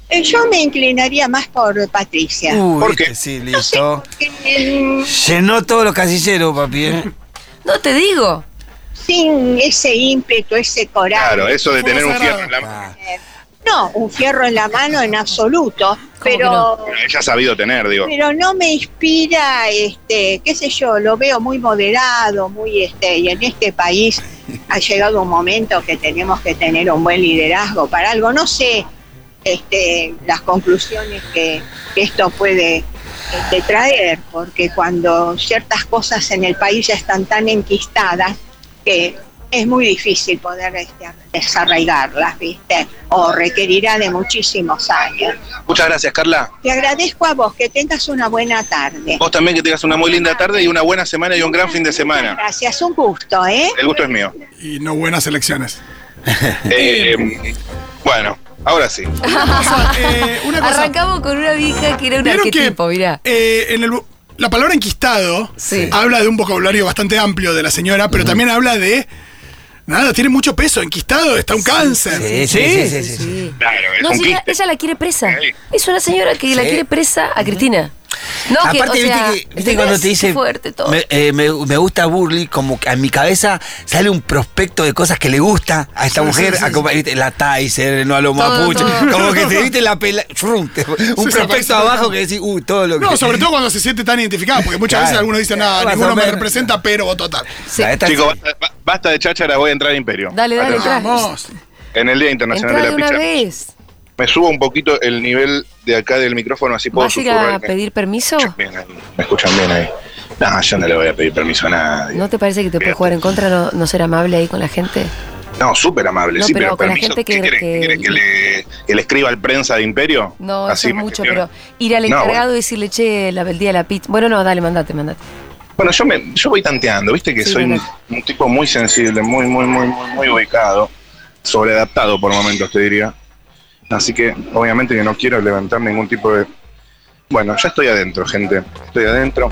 Speaker 5: Eh, Yo me inclinaría más por Patricia.
Speaker 3: Uh,
Speaker 4: ¿Por
Speaker 3: viste,
Speaker 4: qué?
Speaker 3: sí,
Speaker 5: No sé,
Speaker 3: listo.
Speaker 5: porque, eh,
Speaker 3: Llenó todos los casilleros, papi. ¿eh?
Speaker 1: No te digo.
Speaker 5: sin ese ímpetu, ese coraje.
Speaker 4: Claro, eso de
Speaker 2: Fuego
Speaker 4: tener un
Speaker 2: sagrado.
Speaker 4: fierro en la mano.
Speaker 3: Ah.
Speaker 5: No, un fierro en la mano en absoluto, pero
Speaker 4: Bueno, ella ha sabido tener, digo.
Speaker 5: pero no me inspira, este, qué sé yo, lo veo muy moderado, muy este, y en este país ha llegado un momento que tenemos que tener un buen liderazgo para algo. No sé este, las conclusiones que, que esto puede este, traer, porque cuando ciertas cosas en el país ya están tan enquistadas que es muy difícil poder este, desarraigarlas, ¿viste? O requerirá de muchísimos años.
Speaker 4: Muchas gracias, Carla.
Speaker 5: Te agradezco a vos, que tengas una buena tarde.
Speaker 4: Vos también que tengas una muy linda tarde y una buena semana y un gran fin de semana.
Speaker 5: Gracias, un gusto, ¿eh?
Speaker 4: El gusto es mío.
Speaker 2: Y no buenas elecciones. [LAUGHS]
Speaker 4: Eh, eh, bueno, ahora sí.
Speaker 2: Eh, una cosa.
Speaker 1: Arrancamos con una vieja que era un
Speaker 2: ¿Vieron que,
Speaker 1: arquetipo, mirá.
Speaker 2: eh, en el, la palabra enquistado
Speaker 1: Sí.
Speaker 2: habla de un vocabulario bastante amplio de la señora, pero también habla de. Nada, tiene mucho peso. Enquistado está un cáncer.
Speaker 3: Sí, sí, sí, sí, sí, sí.
Speaker 1: Sí.
Speaker 4: Claro, es
Speaker 1: No,
Speaker 4: un
Speaker 1: si ella,
Speaker 4: quiste.
Speaker 1: ella la quiere presa.
Speaker 4: Sí.
Speaker 1: Es una señora que la
Speaker 3: Sí.
Speaker 1: quiere presa a Cristina. No, que, o
Speaker 3: Aparte, viste,
Speaker 1: sea,
Speaker 3: que- viste cuando
Speaker 1: ¿entendés?
Speaker 3: te
Speaker 1: Qué
Speaker 3: dice
Speaker 1: fuerte todo.
Speaker 3: Me, eh, me- me gusta Burley, como que a mi cabeza sale un prospecto de cosas que le gusta a esta mujer, a como- viste, la Tyser, no a lo
Speaker 1: Todo,
Speaker 3: mapuche,
Speaker 1: todo.
Speaker 3: [LAUGHS] como que te viste la pela, shrum, te- un
Speaker 2: Sí, sí,
Speaker 3: prospecto
Speaker 2: aparece
Speaker 3: abajo
Speaker 2: todo.
Speaker 3: que decís, uy, todo lo que... [LAUGHS]
Speaker 2: No, sobre todo cuando se siente tan identificado, porque muchas
Speaker 3: Claro.
Speaker 2: veces algunos dicen, nada,
Speaker 3: Más
Speaker 2: ninguno
Speaker 3: o
Speaker 2: me
Speaker 3: menos.
Speaker 2: representa, pero voto tal.
Speaker 1: Sí.
Speaker 3: Ah, esta-
Speaker 4: Chicos, basta, ba- basta de cháchara, voy a entrar a Imperio.
Speaker 1: Dale, dale,
Speaker 4: Atención.
Speaker 1: entra.
Speaker 2: Vamos.
Speaker 4: En el Día Internacional
Speaker 1: Entra de
Speaker 4: de
Speaker 1: una
Speaker 4: la Pizza.
Speaker 1: vez.
Speaker 4: Me subo un poquito el nivel de acá del micrófono, así puedo
Speaker 1: ¿Vas a ir a
Speaker 4: susurrar. Me
Speaker 1: pedir permiso?
Speaker 4: escuchan bien ahí, me escuchan bien ahí. No, yo no le voy a pedir permiso a nadie.
Speaker 1: ¿No te parece que te puede jugar en contra no, no ser amable ahí con la gente?
Speaker 4: No, súper amable,
Speaker 1: No,
Speaker 4: sí,
Speaker 1: pero
Speaker 4: pero,
Speaker 1: con la
Speaker 4: permiso.
Speaker 1: gente que-
Speaker 4: ¿Qué querés?
Speaker 1: que-
Speaker 4: ¿Qué querés que, le, que le escriba al prensa de Imperio?
Speaker 1: No, eso
Speaker 4: Así
Speaker 1: es
Speaker 4: me
Speaker 1: mucho,
Speaker 4: gestiona.
Speaker 1: pero ir al
Speaker 4: No,
Speaker 1: encargado
Speaker 4: bueno.
Speaker 1: y decirle, che, la, el día de la pizza. Bueno, no, dale, mandate, mandate.
Speaker 4: Bueno, yo, me, yo voy tanteando, viste que
Speaker 1: Sí,
Speaker 4: soy un,
Speaker 1: verdad.
Speaker 4: un tipo muy sensible, muy, muy, muy, muy, muy ubicado, sobreadaptado por momentos, te diría. Así que, obviamente, que no quiero levantar ningún tipo de. Bueno, ya estoy adentro, gente. Estoy adentro.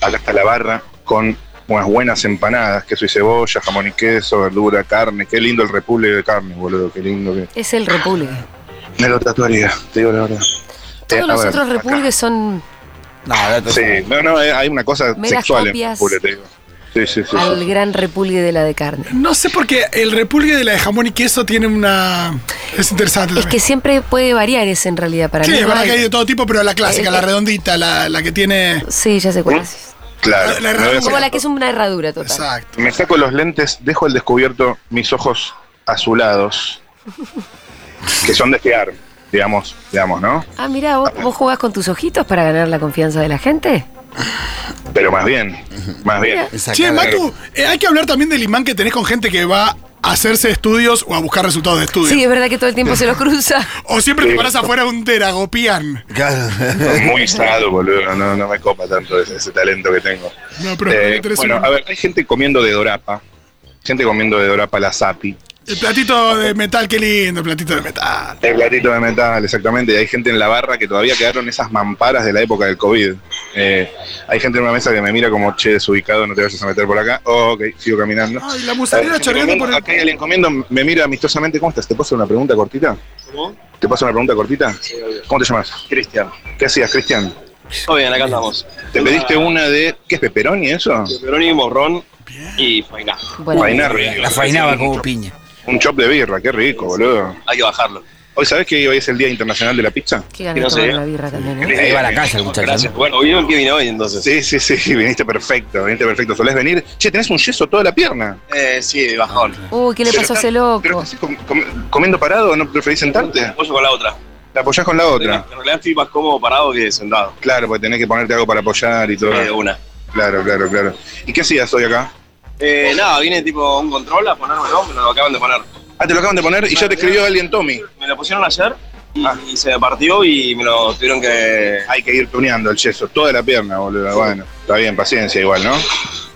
Speaker 4: Acá está la barra con unas buenas empanadas, queso y cebolla, jamón y queso, verdura, carne. Qué lindo el repúblico de carne, boludo. Qué lindo que.
Speaker 1: Es el República.
Speaker 4: Me lo tatuaría, te digo la verdad. Eh,
Speaker 1: Todos
Speaker 4: Ah, a
Speaker 1: los
Speaker 4: ver,
Speaker 1: otros
Speaker 4: acá.
Speaker 1: repúbliques son
Speaker 3: No, la cosa-
Speaker 4: Sí, no, no, eh, hay una cosa
Speaker 1: Meras
Speaker 4: sexual en
Speaker 1: copias.
Speaker 4: República, te digo. Sí, sí, sí. sí.
Speaker 1: al gran repulgue de la de carne.
Speaker 2: No sé por qué el repulgue de la de jamón y queso tiene una. Es interesante.
Speaker 1: Es
Speaker 2: también.
Speaker 1: que siempre puede variar ese en realidad para
Speaker 2: Mm. Sí,
Speaker 1: mí.
Speaker 2: es
Speaker 1: no
Speaker 2: verdad
Speaker 1: hay-
Speaker 2: que hay de todo tipo, pero la clásica,
Speaker 1: Eh,
Speaker 2: la
Speaker 1: eh.
Speaker 2: redondita, la, la que tiene.
Speaker 1: Sí, ya sé cuál es.
Speaker 4: ¿Mm? Claro.
Speaker 2: La- la
Speaker 4: me
Speaker 2: herradura.
Speaker 4: voy a
Speaker 1: Como
Speaker 4: sacar-
Speaker 1: la que es una herradura total.
Speaker 2: Exacto.
Speaker 4: Me saco los lentes, dejo al descubierto mis ojos azulados, que son de fiar, digamos, digamos, ¿no?
Speaker 1: Ah, mira, ¿vos, vos jugás con tus ojitos para ganar la confianza de la gente.
Speaker 4: Pero más bien, más bien.
Speaker 3: Esa
Speaker 2: Che,
Speaker 3: cara-
Speaker 2: Matu, eh, hay que hablar también del imán que tenés con gente que va a hacerse estudios o a buscar resultados de estudios.
Speaker 1: Sí, es verdad que todo el tiempo se los
Speaker 4: [LAUGHS]
Speaker 1: cruza.
Speaker 2: O siempre te
Speaker 4: Sí.
Speaker 2: parás afuera de un teragopián.
Speaker 3: Claro.
Speaker 4: Muy sado, boludo, no, no me copa tanto ese, ese talento que tengo.
Speaker 2: No, pero
Speaker 4: Eh,
Speaker 2: tenés
Speaker 4: bueno,
Speaker 2: un-
Speaker 4: a ver, hay gente comiendo de dorapa, gente comiendo de dorapa la sapi,
Speaker 2: El platito de metal, qué lindo, el platito de metal.
Speaker 4: el platito de metal, exactamente, y hay gente en la barra que todavía quedaron esas mamparas de la época del COVID. Eh, hay gente en una mesa que me mira como, che, desubicado, no te vayas a meter por acá. Oh, ok, sigo caminando.
Speaker 2: Ay, la musarela
Speaker 4: Acá
Speaker 2: chorreando por el.
Speaker 4: Acá hay alguien comiendo, me mira amistosamente. ¿Cómo estás? ¿Te puedo hacer una pregunta cortita?
Speaker 6: ¿Cómo?
Speaker 4: ¿Te paso una pregunta cortita? ¿Cómo te llamas?
Speaker 6: Cristian.
Speaker 4: ¿Qué hacías, Cristian?
Speaker 6: Todo bien, acá andamos.
Speaker 4: ¿Te pediste una de. ¿Qué es pepperoni eso?
Speaker 6: Pepperoni, morrón y fainá.
Speaker 1: Bueno,
Speaker 4: Ahí nada,
Speaker 3: La fainaba como piña.
Speaker 4: Un chop de birra, qué rico, boludo.
Speaker 6: Hay que bajarlo.
Speaker 4: Hoy sabés que hoy es el Día Internacional de la Pizza.
Speaker 1: qué ganas de
Speaker 6: no
Speaker 1: tomar
Speaker 6: sé.
Speaker 1: una birra también, ¿eh?
Speaker 3: Ahí va la casa el muchacho.
Speaker 6: Gracias. Bueno, vieron que vino hoy entonces.
Speaker 4: Sí, sí, sí, viniste perfecto, viniste perfecto. Solés venir. Che, tenés un yeso toda la pierna.
Speaker 6: Eh, sí, bajón.
Speaker 4: Ah,
Speaker 1: Uy, ¿qué le
Speaker 4: Pero
Speaker 1: pasó a
Speaker 4: está-
Speaker 1: ese
Speaker 4: pero
Speaker 1: [LAUGHS] loco?
Speaker 4: estás com- com- comiendo parado o no preferís sentarte?
Speaker 6: Apoyo con la otra.
Speaker 4: Te apoyás con la otra.
Speaker 6: En realidad estoy más cómodo parado que sentado.
Speaker 4: Claro, porque tenés que ponerte algo para apoyar y todo.
Speaker 6: Eh, una.
Speaker 4: Claro, claro, claro. ¿Y qué hacías hoy acá?
Speaker 6: Eh, nada, viene tipo un control a ponerme, ¿no? Me lo acaban de poner.
Speaker 4: Ah, te lo acaban de poner y ya te escribió alguien Tommy.
Speaker 6: Me lo pusieron ayer y,
Speaker 4: Ah.
Speaker 6: y se me partió y me lo tuvieron que.
Speaker 4: Hay que ir tuneando el yeso, toda la pierna, boludo. Bueno, está bien, paciencia igual, ¿no?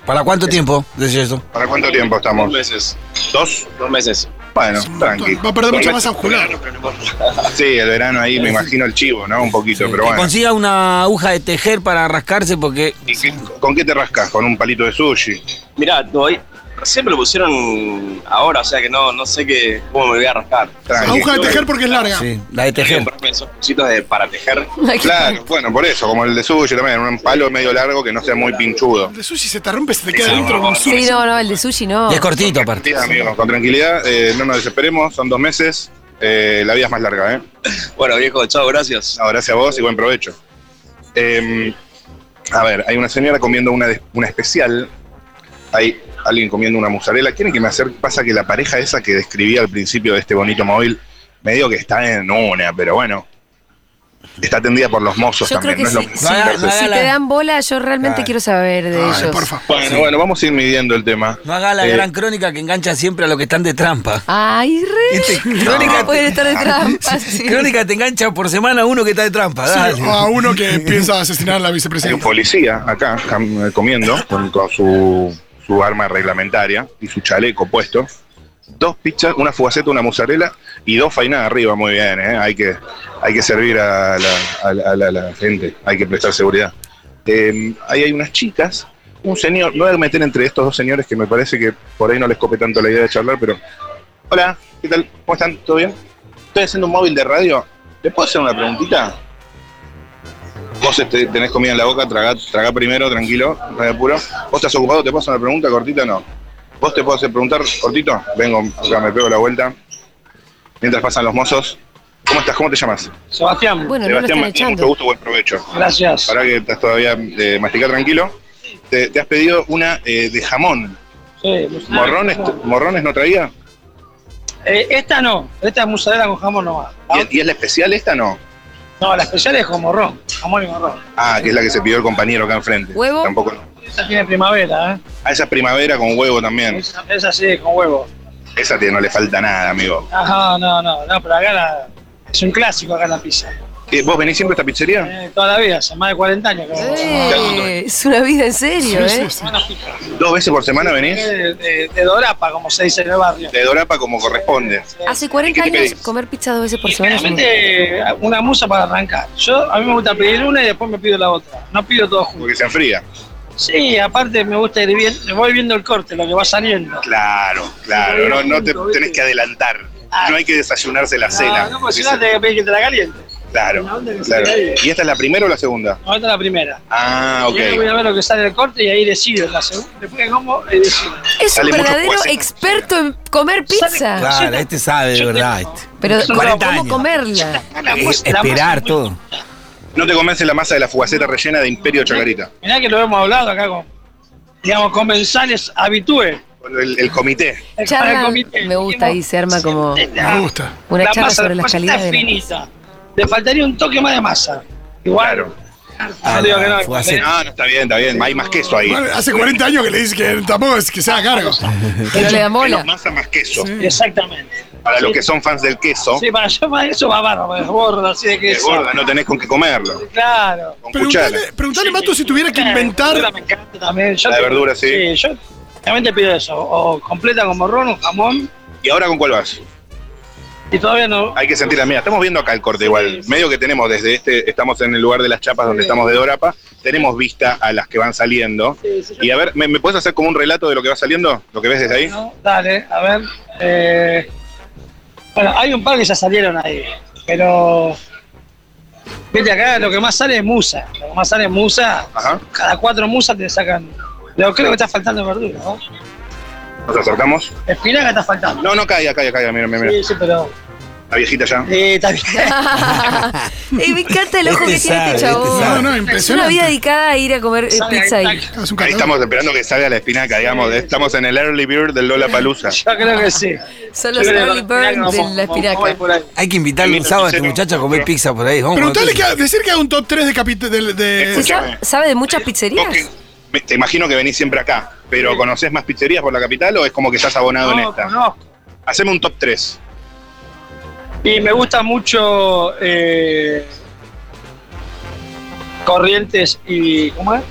Speaker 3: ¿Para cuánto tiempo? Decía eso.
Speaker 4: ¿Para cuánto tiempo
Speaker 6: Dos
Speaker 4: estamos?
Speaker 6: meses.
Speaker 4: ¿Dos?
Speaker 6: Dos meses.
Speaker 4: Bueno,
Speaker 2: Es un
Speaker 4: tranqui.
Speaker 2: montón. Va a perder
Speaker 4: Dos
Speaker 2: mucha
Speaker 4: meses.
Speaker 2: masa muscular.
Speaker 6: Pero no importa.
Speaker 4: Sí, el verano ahí me imagino el chivo, ¿no? Un poquito, pero
Speaker 3: Que
Speaker 4: bueno.
Speaker 3: Consiga una aguja de tejer para rascarse porque...
Speaker 4: ¿Y qué- ¿Con qué te rascas? ¿Con un palito de sushi?
Speaker 6: [LAUGHS] Mirá, hoy recién me lo pusieron ahora, o sea que no, no sé qué, cómo me voy a rascar.
Speaker 4: Tranqui.
Speaker 2: Aguja de tejer porque es larga.
Speaker 3: Sí, la de tejer.
Speaker 6: Comprarme esos cositos de para tejer.
Speaker 4: Claro, bueno, por eso, como el de sushi también, un palo medio largo que no sea muy pinchudo.
Speaker 2: El de sushi se te rompe, se te queda
Speaker 6: Sí,
Speaker 2: dentro
Speaker 6: no,
Speaker 2: con
Speaker 6: no,
Speaker 2: su.
Speaker 1: Sí, no, no, el de sushi no.
Speaker 3: Y es cortito
Speaker 4: Sí,
Speaker 3: aparte.
Speaker 4: amigos, con tranquilidad, eh, no nos desesperemos, son dos meses. Eh, la vida es más larga, ¿eh?
Speaker 6: Bueno, viejo, chao, gracias.
Speaker 4: No, gracias a vos y buen provecho. Eh, a ver, hay una señora comiendo una, de- una especial. Hay alguien comiendo una mozzarella. ¿Quieren que me acerque? Pasa que la pareja esa que describí al principio de este bonito móvil, medio que está en una, pero bueno. Está atendida por los mozos
Speaker 1: Yo creo
Speaker 4: también,
Speaker 1: que
Speaker 4: no
Speaker 1: si,
Speaker 4: es lo
Speaker 1: si-
Speaker 3: No haga- no
Speaker 1: si
Speaker 3: haga
Speaker 1: te
Speaker 3: la-
Speaker 1: dan bola, yo realmente
Speaker 3: Claro.
Speaker 1: quiero saber de
Speaker 2: Ay,
Speaker 1: ellos.
Speaker 2: por favor.
Speaker 4: Bueno, bueno, vamos a ir midiendo el tema.
Speaker 3: No haga la
Speaker 4: Eh,
Speaker 3: gran crónica que engancha siempre a los que están de trampa.
Speaker 1: Ay, re.
Speaker 3: Este,
Speaker 1: [LAUGHS] No,
Speaker 3: crónica,
Speaker 1: pueden estar de trampas. sí.
Speaker 3: crónica te engancha por semana a uno que está de trampa. Dale.
Speaker 2: Sí, ah, o a uno que piensa asesinar a la
Speaker 4: Hay un
Speaker 2: vicepresidenta.
Speaker 4: policía acá cam- eh, comiendo con, con su, su arma reglamentaria y su chaleco puesto. Dos pizzas, una fugaceta, una mozzarella y dos fainadas arriba. Muy bien, ¿eh? hay, que, hay que servir a la, a la- a la- a la gente, hay que prestar seguridad. Eh, ahí hay unas chicas, un señor, me voy a meter entre estos dos señores que me parece que por ahí no les cope tanto la idea de charlar, pero... Hola, ¿qué tal? ¿Cómo están? ¿Todo bien? Estoy haciendo un móvil de radio. ¿Le puedo hacer una preguntita? Vos este, tenés comida en la boca, tragá, tragá primero, tranquilo, no hay apuro. ¿Vos estás ocupado? ¿Te puedo hacer una pregunta cortita? No. ¿Vos te puedo hacer preguntar cortito? Vengo, acá me pego la vuelta. Mientras pasan los mozos. ¿Cómo estás? ¿Cómo te llamas?
Speaker 7: Sebastián,
Speaker 1: Bueno, no lo están
Speaker 4: Martínez,
Speaker 1: echando.
Speaker 4: mucho gusto, buen provecho.
Speaker 7: gracias.
Speaker 4: Ahora que estás todavía eh, masticá tranquilo. Te, te has pedido una eh, de jamón.
Speaker 7: Sí, pues,
Speaker 4: ¿Morrones, ¿Morrones no traía?
Speaker 7: eh, esta no, esta es mozzarella con jamón nomás. Ah,
Speaker 4: ¿Y, y es la especial esta no?
Speaker 7: No, la especial es con morrón, jamón y morrón.
Speaker 4: Ah, que es la que se pidió el compañero acá enfrente.
Speaker 1: ¿Huevo?
Speaker 4: Tampoco.
Speaker 7: Esa tiene primavera, ¿eh?
Speaker 4: Ah, esa es primavera con huevo también.
Speaker 7: Esa, esa sí, con huevo.
Speaker 4: Esa tiene- no le falta nada, amigo.
Speaker 7: Ajá, no, no, no, pero acá la- es un clásico acá en la pizza.
Speaker 4: Eh, ¿Vos venís siempre a esta pizzería?
Speaker 7: Eh, toda la vida, hace más de 40 años que vengo.
Speaker 1: Eh, es una vida en serio,
Speaker 2: Sí,
Speaker 1: ¿eh?
Speaker 2: sí, sí.
Speaker 7: Semana fija.
Speaker 4: ¿Dos veces por semana venís?
Speaker 7: De, de- de Dorapa, como se dice en el barrio.
Speaker 4: De Dorapa como corresponde.
Speaker 1: Hace 40
Speaker 4: ¿Y qué te
Speaker 1: años
Speaker 4: pedís?
Speaker 1: comer pizza dos veces por semana. es un-
Speaker 7: Generalmente una musa para arrancar. Yo a mí me gusta pedir una y después me pido la otra. No pido todo junto.
Speaker 4: Porque se enfría.
Speaker 7: Sí, aparte me gusta ir bien, voy viendo el corte, lo que va saliendo.
Speaker 4: Claro, claro. No, no te tenés que adelantar. No hay que desayunarse la cena.
Speaker 7: No, no, porque si no
Speaker 4: Dice-
Speaker 7: tenés que pedir que te la caliente.
Speaker 4: Claro, claro. ¿Y esta es la primera o la segunda?
Speaker 7: No, esta es la primera.
Speaker 4: Ah,
Speaker 7: Y ahora voy a
Speaker 4: ok.
Speaker 7: ver lo que sale del corte y ahí decido. La segunda, después que como, eh, decido.
Speaker 1: Es un
Speaker 4: Sale mucho
Speaker 1: verdadero
Speaker 4: juez en la
Speaker 1: experto en comer pizza.
Speaker 3: Claro, este sabe de verdad. este.
Speaker 1: Pero
Speaker 7: Yo
Speaker 1: ¿cómo,
Speaker 3: 40
Speaker 1: cómo
Speaker 3: años.
Speaker 1: comerla?
Speaker 7: Ah, La
Speaker 3: Eh,
Speaker 7: musa- la musa
Speaker 3: esperar
Speaker 7: es muy-
Speaker 3: todo.
Speaker 4: No te convence la masa de la fugaceta rellena de Imperio Chacarita.
Speaker 7: Mirá que lo hemos hablado acá con, digamos, comensales habitué.
Speaker 4: Con El, el comité.
Speaker 1: Charla, me gusta ahí, se arma como
Speaker 4: pues,
Speaker 2: Me gusta.
Speaker 1: una charla sobre las
Speaker 7: es
Speaker 1: calidades. de la-
Speaker 7: finita. Le faltaría un toque más de masa. Igual.
Speaker 4: Claro.
Speaker 7: Yo digo que no,
Speaker 3: Ah, fue así.
Speaker 4: No, no está bien, está bien. Hay más queso ahí.
Speaker 2: Bueno, hace 40 años que le dice que tampoco es que sea a cargo.
Speaker 1: Que no le da
Speaker 4: Menos
Speaker 1: mola.
Speaker 4: masa, más queso.
Speaker 7: Exactamente.
Speaker 4: Para los que son fans del queso,
Speaker 7: Sí, para yo para eso va bárbaro, para desborda, así de que
Speaker 4: es gorda, no tenés con qué comerlo.
Speaker 7: Claro.
Speaker 4: Con cuchara.
Speaker 2: Preguntale, preguntale, Mato, si tuviera que
Speaker 7: La verdura
Speaker 2: inventar.
Speaker 7: me encanta también. Yo
Speaker 4: La
Speaker 7: te-
Speaker 4: verdura, sí.
Speaker 7: Sí, yo realmente pido eso. O completa con morrón, un jamón.
Speaker 4: ¿Y ahora con cuál vas?
Speaker 7: Y todavía no.
Speaker 4: Hay que sentir la mía. Estamos viendo acá el corte igual. Medio que tenemos desde este, estamos en el lugar de las chapas donde estamos de Dorapa. Tenemos vista a las que van saliendo.
Speaker 7: Sí, sí, yo-
Speaker 4: Y a ver, ¿me, me puedes hacer como un relato de lo que va saliendo? ¿Lo que ves desde ahí?
Speaker 7: No, Dale, a ver. eh, bueno, hay un par que ya salieron ahí, pero. Vete acá, lo que más sale es musa. Lo que más sale es musa.
Speaker 4: Ajá.
Speaker 7: Cada cuatro musas te sacan. Yo creo que está faltando verdura, ¿no?
Speaker 4: ¿Nos acercamos?
Speaker 7: Espinaca está faltando.
Speaker 4: No, no, caiga, caiga, caiga. Mira, mira, mira.
Speaker 7: Sí, sí, pero.
Speaker 4: La viejita ya.
Speaker 7: Eh, está bien.
Speaker 1: Eh, me encanta el ojo
Speaker 3: Este
Speaker 1: que tiene este
Speaker 3: sabe, este
Speaker 1: chabón.
Speaker 2: No, no,
Speaker 1: Es una vida
Speaker 2: impresionante.
Speaker 1: dedicada a ir a comer eh,
Speaker 7: Sabe,
Speaker 1: pizza
Speaker 7: está-
Speaker 1: ahí.
Speaker 2: [LAUGHS] Es un
Speaker 4: Ahí
Speaker 2: catador.
Speaker 4: estamos esperando que salga la espinaca, digamos. Estamos en el early bird del Lola Palusa.
Speaker 7: Yo creo que sí.
Speaker 1: Son
Speaker 7: Yo
Speaker 1: los
Speaker 7: creo
Speaker 1: early
Speaker 7: que la
Speaker 1: burns
Speaker 7: espinaca
Speaker 1: de
Speaker 7: vamos-
Speaker 1: la
Speaker 7: vamos- vamos
Speaker 1: espinaca.
Speaker 7: por ahí.
Speaker 3: Hay que invitarle un sábado a este muchacho a comer pizza por ahí. Vamos,
Speaker 2: Preguntale,
Speaker 3: comer
Speaker 2: que, decir que haga un top 3 de. capit- de, de-
Speaker 4: Eh,
Speaker 1: ¿Sí sabe, sabe de muchas
Speaker 4: Vos
Speaker 1: pizzerías?
Speaker 4: que- me- te imagino que venís siempre acá, pero ¿conocés más pizzerías por la capital o es como que estás abonado en
Speaker 7: No,
Speaker 4: esta?
Speaker 7: conozco.
Speaker 4: Haceme un top 3.
Speaker 7: Y me gusta mucho eh, Corrientes y. ¿Cómo es?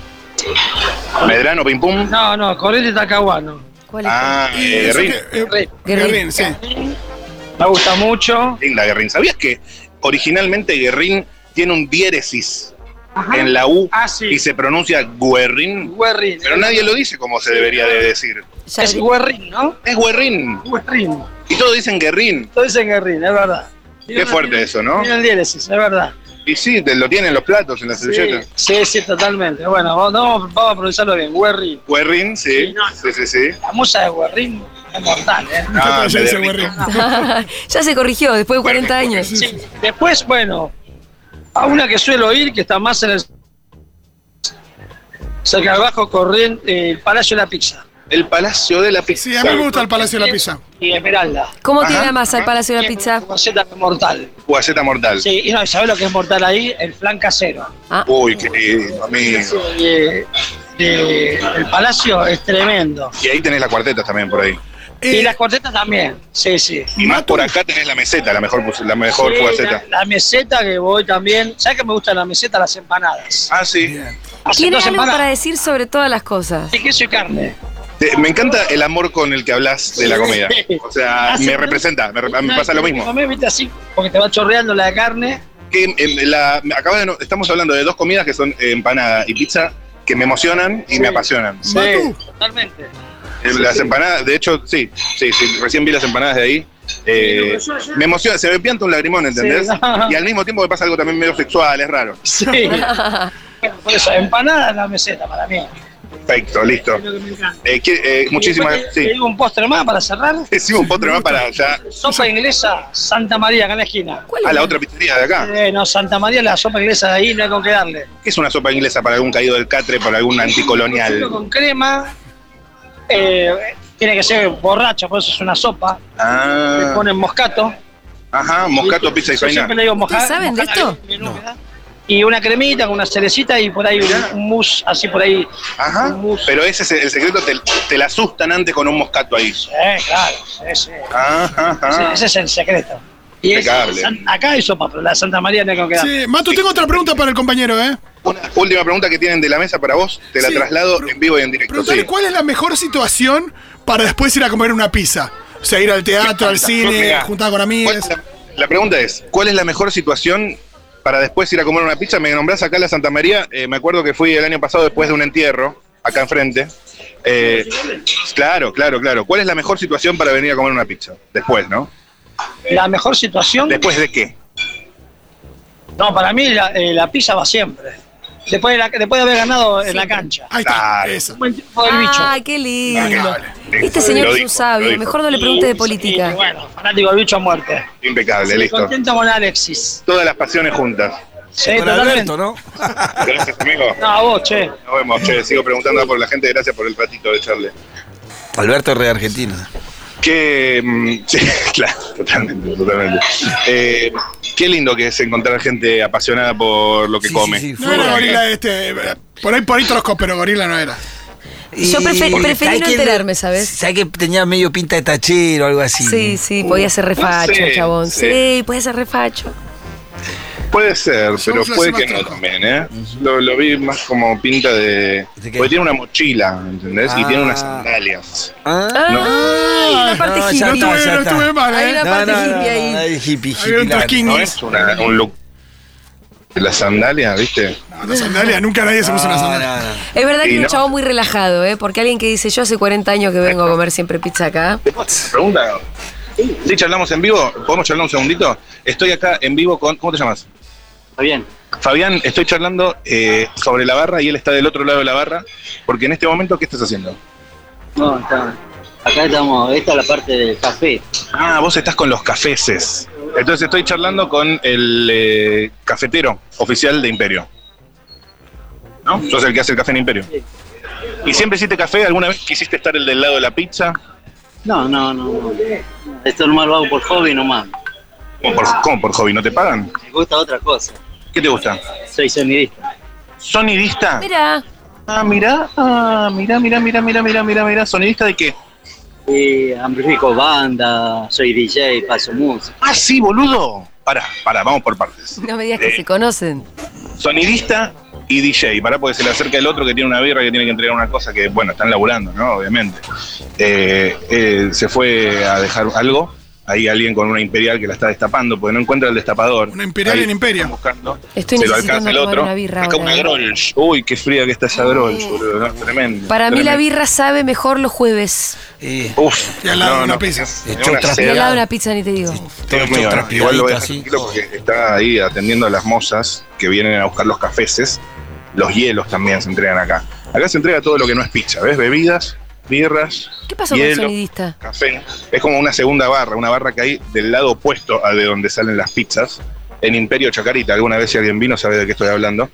Speaker 4: Medrano, pim pum.
Speaker 7: No, no, Corrientes Tacahuano.
Speaker 1: ¿Cuál es?
Speaker 4: Ah,
Speaker 2: y
Speaker 4: eh, Ah,
Speaker 2: eso
Speaker 4: Rin.
Speaker 2: que- eh,
Speaker 7: Guerrín.
Speaker 1: Guerrín.
Speaker 2: Guerrín, sí.
Speaker 7: Me gusta mucho.
Speaker 4: Linda Guerrín. ¿Sabías que originalmente Guerrín tiene un diéresis en la U
Speaker 7: Ah, sí.
Speaker 4: y se pronuncia Guerrín?
Speaker 7: Guerrín.
Speaker 4: Pero nadie lo dice como se debería de decir.
Speaker 1: Ya-
Speaker 7: Es Guerrín, ¿no?
Speaker 4: Es Guerrín.
Speaker 7: Guerrín.
Speaker 4: Y todos dicen Guerrín.
Speaker 7: Entonces en Guerrín, es verdad.
Speaker 4: Qué fuerte eso, ¿no?
Speaker 7: Tiene el diéresis, es verdad.
Speaker 4: Y sí, te lo tienen los platos en la
Speaker 7: Sí,
Speaker 4: servilleta.
Speaker 7: sí, sí, totalmente. Bueno, vamos, vamos a pronunciarlo bien. Guerrín.
Speaker 4: Guerrín, sí. Sí, sí, sí.
Speaker 7: La musa de Guerrín es mortal, ¿eh?
Speaker 4: Ah,
Speaker 2: Ya
Speaker 4: me
Speaker 2: se
Speaker 4: derrito.
Speaker 2: guarrió.
Speaker 1: ya se corrigió después de 40 años.
Speaker 7: Sí, Después, bueno, a una que suelo ir, que está más en el. cerca de abajo, corriente, eh, el Palacio de la Pizza
Speaker 4: El Palacio de la Pizza.
Speaker 2: Sí, a mí me gusta el Palacio de la Pizza.
Speaker 7: y Esmeralda.
Speaker 1: ¿Cómo
Speaker 4: Ajá,
Speaker 1: tiene la masa el Palacio de la
Speaker 7: Tiene
Speaker 1: Pizza?
Speaker 7: una Receta mortal.
Speaker 4: Guaceta mortal.
Speaker 7: Sí, y no, ¿sabes lo que es mortal ahí? El flan casero.
Speaker 1: Ah,
Speaker 4: Uy, qué lindo, amigo.
Speaker 7: Eh, de- el Palacio es tremendo.
Speaker 4: Y ahí tenés las cuartetas también por ahí.
Speaker 2: Eh,
Speaker 7: y las cortetas también. Sí, sí.
Speaker 4: Y más por acá tenés la meseta, la mejor, pus- la mejor
Speaker 7: Sí,
Speaker 4: guaceta.
Speaker 7: la, la meseta que voy también. ¿Sabes que me gustan las mesetas? Las empanadas.
Speaker 4: Ah, sí.
Speaker 7: Hacen
Speaker 1: tiene
Speaker 7: dos
Speaker 1: algo para
Speaker 7: empanadas
Speaker 1: decir sobre todas las cosas.
Speaker 7: de queso y carne.
Speaker 4: Te- me encanta el amor con el que hablas de la comida. O
Speaker 7: [LAUGHS]
Speaker 4: sea,
Speaker 7: Hacen
Speaker 4: me
Speaker 7: dos-
Speaker 4: representa, me, re- me
Speaker 7: Una
Speaker 4: pasa lo
Speaker 7: que
Speaker 4: mismo.
Speaker 7: comés, viste, así, porque te va chorreando la carne.
Speaker 4: Que, em, la- acabo de no- estamos hablando de dos comidas que son eh, empanada y pizza que me emocionan y me apasionan.
Speaker 7: Sí,
Speaker 2: Matu.
Speaker 7: totalmente.
Speaker 4: Eh, Las empanadas, de hecho, sí, sí, sí, recién vi las empanadas de ahí. Eh,
Speaker 7: Sí, no, yo- yo-
Speaker 4: me emociona, se me pianta un lagrimón, ¿entendés?
Speaker 7: Sí, no.
Speaker 4: [LAUGHS] Y al mismo tiempo me pasa algo también medio sexual, es raro.
Speaker 7: Sí. Bueno, por eso, empanada en la meseta para mí.
Speaker 4: Perfecto, listo.
Speaker 7: Es lo que me encanta.
Speaker 4: Eh, qui- eh,
Speaker 7: Y
Speaker 4: muchísimas
Speaker 7: después te-
Speaker 4: sí.
Speaker 7: te digo un postre más para cerrar.
Speaker 4: [LAUGHS] Sí, un postre más
Speaker 7: [LAUGHS]
Speaker 4: para allá.
Speaker 7: Sopa inglesa Santa María, acá en la esquina.
Speaker 1: ¿Cuál
Speaker 4: A
Speaker 1: es?
Speaker 4: la otra pizzería de acá.
Speaker 7: Eh, no, Santa María, la sopa inglesa de ahí, no hay con qué darle.
Speaker 4: ¿Qué es una sopa inglesa para algún caído del catre, para algún
Speaker 7: Solo
Speaker 4: anticolonial?
Speaker 7: Con crema. eh, tiene que ser borracha, por eso es una sopa. Le
Speaker 4: Ah,
Speaker 7: ponen moscato.
Speaker 4: ajá, moscato, pizza y
Speaker 7: Yo siempre
Speaker 4: fainá.
Speaker 7: le digo moja-
Speaker 1: ¿Ustedes saben de
Speaker 7: mojada
Speaker 1: esto?
Speaker 7: bien húmeda. Y una cremita con una cerecita y por ahí un, un mousse, así por ahí.
Speaker 4: Ajá,
Speaker 7: Un mousse.
Speaker 4: pero ese es el secreto, te, te la asustan antes con un moscato ahí.
Speaker 7: Eh, claro, sí, sí.
Speaker 4: Ajá,
Speaker 7: Ese,
Speaker 4: ajá.
Speaker 7: ese es el secreto. Y es-
Speaker 4: Ah. Impecable.
Speaker 7: san- acá hay sopa, pero la de Santa María no hay con qué darle.
Speaker 2: sí, Matu, tengo otra pregunta para el compañero, ¿eh?
Speaker 4: Una última pregunta que tienen de la mesa para vos, te la
Speaker 2: Sí.
Speaker 4: traslado en vivo y en directo.
Speaker 2: Preguntale
Speaker 4: sí.
Speaker 2: cuál es la mejor situación para después ir a comer una pizza. O sea, ir al teatro, al cine,
Speaker 4: Mirá,
Speaker 2: juntar con
Speaker 4: ¿cuál
Speaker 2: amigos.
Speaker 4: es la- La pregunta es, ¿cuál es la mejor situación para después ir a comer una pizza? Me nombrás acá a la Santa María, eh, me acuerdo que fui el año pasado después de un entierro, acá enfrente. Eh, claro, claro, claro. ¿Cuál es la mejor situación para venir a comer una pizza? Después, ¿no?
Speaker 7: La mejor situación,
Speaker 4: ¿Después de qué?
Speaker 7: no, para mí la, eh, la pizza va siempre. Después de, la- después de haber ganado en la cancha.
Speaker 2: Ahí está,
Speaker 4: Claro.
Speaker 2: eso.
Speaker 7: Buen tiempo del bicho.
Speaker 1: Ah, qué lindo.
Speaker 4: Impecable.
Speaker 1: Este
Speaker 4: Lo
Speaker 1: señor es
Speaker 4: dijo,
Speaker 1: un
Speaker 4: lo
Speaker 1: sabio.
Speaker 4: dijo.
Speaker 1: Mejor no le pregunte de
Speaker 7: Y- y
Speaker 1: política.
Speaker 7: bueno, fanático del bicho a muerte.
Speaker 4: Impecable,
Speaker 7: Sí,
Speaker 4: listo.
Speaker 7: Contento con Alexis.
Speaker 4: Todas las pasiones juntas.
Speaker 7: Sí,
Speaker 3: Con [LAUGHS]
Speaker 7: totalmente.
Speaker 3: Alberto, ¿no?
Speaker 4: Gracias, amigo.
Speaker 7: No, a vos, che.
Speaker 4: Nos vemos, che. Sigo preguntando por la gente. Gracias por el ratito de charla.
Speaker 3: Alberto es re argentino.
Speaker 4: Que. mm, [LAUGHS] sí, claro, totalmente, totalmente. Eh, qué lindo que es encontrar gente apasionada por lo que
Speaker 3: Sí,
Speaker 4: come.
Speaker 3: sí, sí,
Speaker 2: No
Speaker 3: Fue
Speaker 2: era
Speaker 3: bueno.
Speaker 2: gorila este. eh, Por ahí, por ahí Trosco, pero gorila no era.
Speaker 1: Yo prefe-
Speaker 3: Y-
Speaker 1: preferí
Speaker 3: ¿sabes
Speaker 1: no
Speaker 3: quién?
Speaker 1: enterarme, ¿sabes?
Speaker 3: Sabes que tenía medio pinta de tachero o algo así.
Speaker 1: Sí, sí, podía ser refacho,
Speaker 4: no sé,
Speaker 1: chabón.
Speaker 4: sí.
Speaker 1: Sí, podía ser refacho.
Speaker 4: Puede ser,
Speaker 2: Son
Speaker 4: pero
Speaker 2: frases
Speaker 4: puede
Speaker 2: más
Speaker 4: que no
Speaker 2: truco.
Speaker 4: también, ¿eh? Lo, lo vi más como pinta de.
Speaker 3: ¿De qué?
Speaker 4: Porque tiene una mochila, ¿entendés? Y
Speaker 3: Ah.
Speaker 4: tiene unas sandalias.
Speaker 3: Ah,
Speaker 1: Ay, una parte
Speaker 3: No, ya
Speaker 2: No
Speaker 1: hippie.
Speaker 3: está,
Speaker 2: estuve,
Speaker 3: ya
Speaker 2: no
Speaker 3: está.
Speaker 2: estuve mal,
Speaker 1: Hay
Speaker 2: ¿eh?
Speaker 1: una parte hippie ahí.
Speaker 3: ay, hippie,
Speaker 2: Había un
Speaker 3: hippie,
Speaker 2: trosquín.
Speaker 4: No es una- un look. Las sandalias, ¿viste?
Speaker 2: Una sandalia, nunca nadie se puso una
Speaker 3: No,
Speaker 2: sandalia.
Speaker 3: no, no.
Speaker 1: Es verdad
Speaker 4: Sí,
Speaker 1: que es un
Speaker 4: ¿no?
Speaker 1: chabón muy relajado, ¿eh? Porque alguien que dice, yo hace 40 años que vengo a comer siempre pizza
Speaker 4: [LAUGHS]
Speaker 1: acá.
Speaker 4: Pregunta. Sí, charlamos en vivo. ¿Podemos charlar un segundito? Estoy acá en vivo con. ¿Cómo te llamas?
Speaker 8: Está bien.
Speaker 4: Fabián, estoy charlando eh, sobre la barra y él está del otro lado de la barra. Porque en este momento, ¿qué estás haciendo?
Speaker 8: No, está. Acá estamos, esta es la parte del café.
Speaker 4: Ah, vos estás con los cafeses. Entonces estoy charlando con el eh, cafetero oficial de Imperio. ¿No? Sos el que hace el café en Imperio. ¿Y siempre hiciste café? ¿Alguna vez quisiste estar el del lado de la pizza?
Speaker 8: No, no, no. no. Esto nomás lo hago por hobby nomás.
Speaker 4: ¿Cómo por, cómo por hobby? ¿No te pagan?
Speaker 8: Me gusta otra cosa.
Speaker 4: ¿Qué te gusta?
Speaker 8: Soy sonidista.
Speaker 4: ¿Sonidista?
Speaker 1: Mira,
Speaker 4: Ah, mirá, ah, mirá, mirá, mirá, mirá, mirá, mirá, mirá. ¿Sonidista de qué?
Speaker 8: Y amplifico banda, soy DJ, paso música.
Speaker 4: Ah, sí, boludo. Pará, pará, vamos por partes.
Speaker 1: no me digas que
Speaker 4: Eh.
Speaker 1: se conocen.
Speaker 4: Sonidista y DJ, pará, porque se le acerca el otro que tiene una birra que tiene que entregar una cosa que, bueno, están laburando, ¿no? Obviamente. Eh, eh, se fue a dejar algo. Hay alguien con una imperial que la está destapando porque no encuentra el destapador.
Speaker 2: Una imperial
Speaker 4: Ahí
Speaker 2: en Imperio.
Speaker 4: están Buscando.
Speaker 1: Estoy
Speaker 4: se lo
Speaker 1: necesitando
Speaker 4: alcanza el
Speaker 1: tomar
Speaker 4: otro.
Speaker 1: una birra
Speaker 4: Acá
Speaker 1: ahora.
Speaker 4: una Grolsch. Uy, qué fría que está esa Grolsch, boludo. ¿no? Tremendo.
Speaker 1: Para mí la
Speaker 4: tremendo.
Speaker 1: birra sabe mejor los jueves.
Speaker 3: Eh,
Speaker 4: Uf,
Speaker 2: Y al lado
Speaker 4: no,
Speaker 2: de una
Speaker 4: no.
Speaker 2: pizza.
Speaker 4: Es
Speaker 3: Hecho
Speaker 4: una
Speaker 3: otra
Speaker 1: Y
Speaker 4: seda.
Speaker 1: al lado
Speaker 3: Pegado.
Speaker 1: de una pizza ni te digo.
Speaker 4: Dios
Speaker 3: Todo
Speaker 4: mío,
Speaker 3: hecho
Speaker 4: no, igual lo voy a dejar
Speaker 3: así.
Speaker 4: tranquilo porque está ahí atendiendo a las mozas que vienen a buscar los cafeses. Los hielos también se entregan acá. Acá se entrega todo lo que no es pizza, ¿ves? Bebidas, birras,
Speaker 1: ¿Qué pasó con el
Speaker 4: hielo,
Speaker 1: sonidista?
Speaker 4: café. Es como una segunda barra, una barra que hay del lado opuesto a de donde salen las pizzas. En Imperio Chacarita, alguna vez si alguien vino sabe de qué estoy hablando.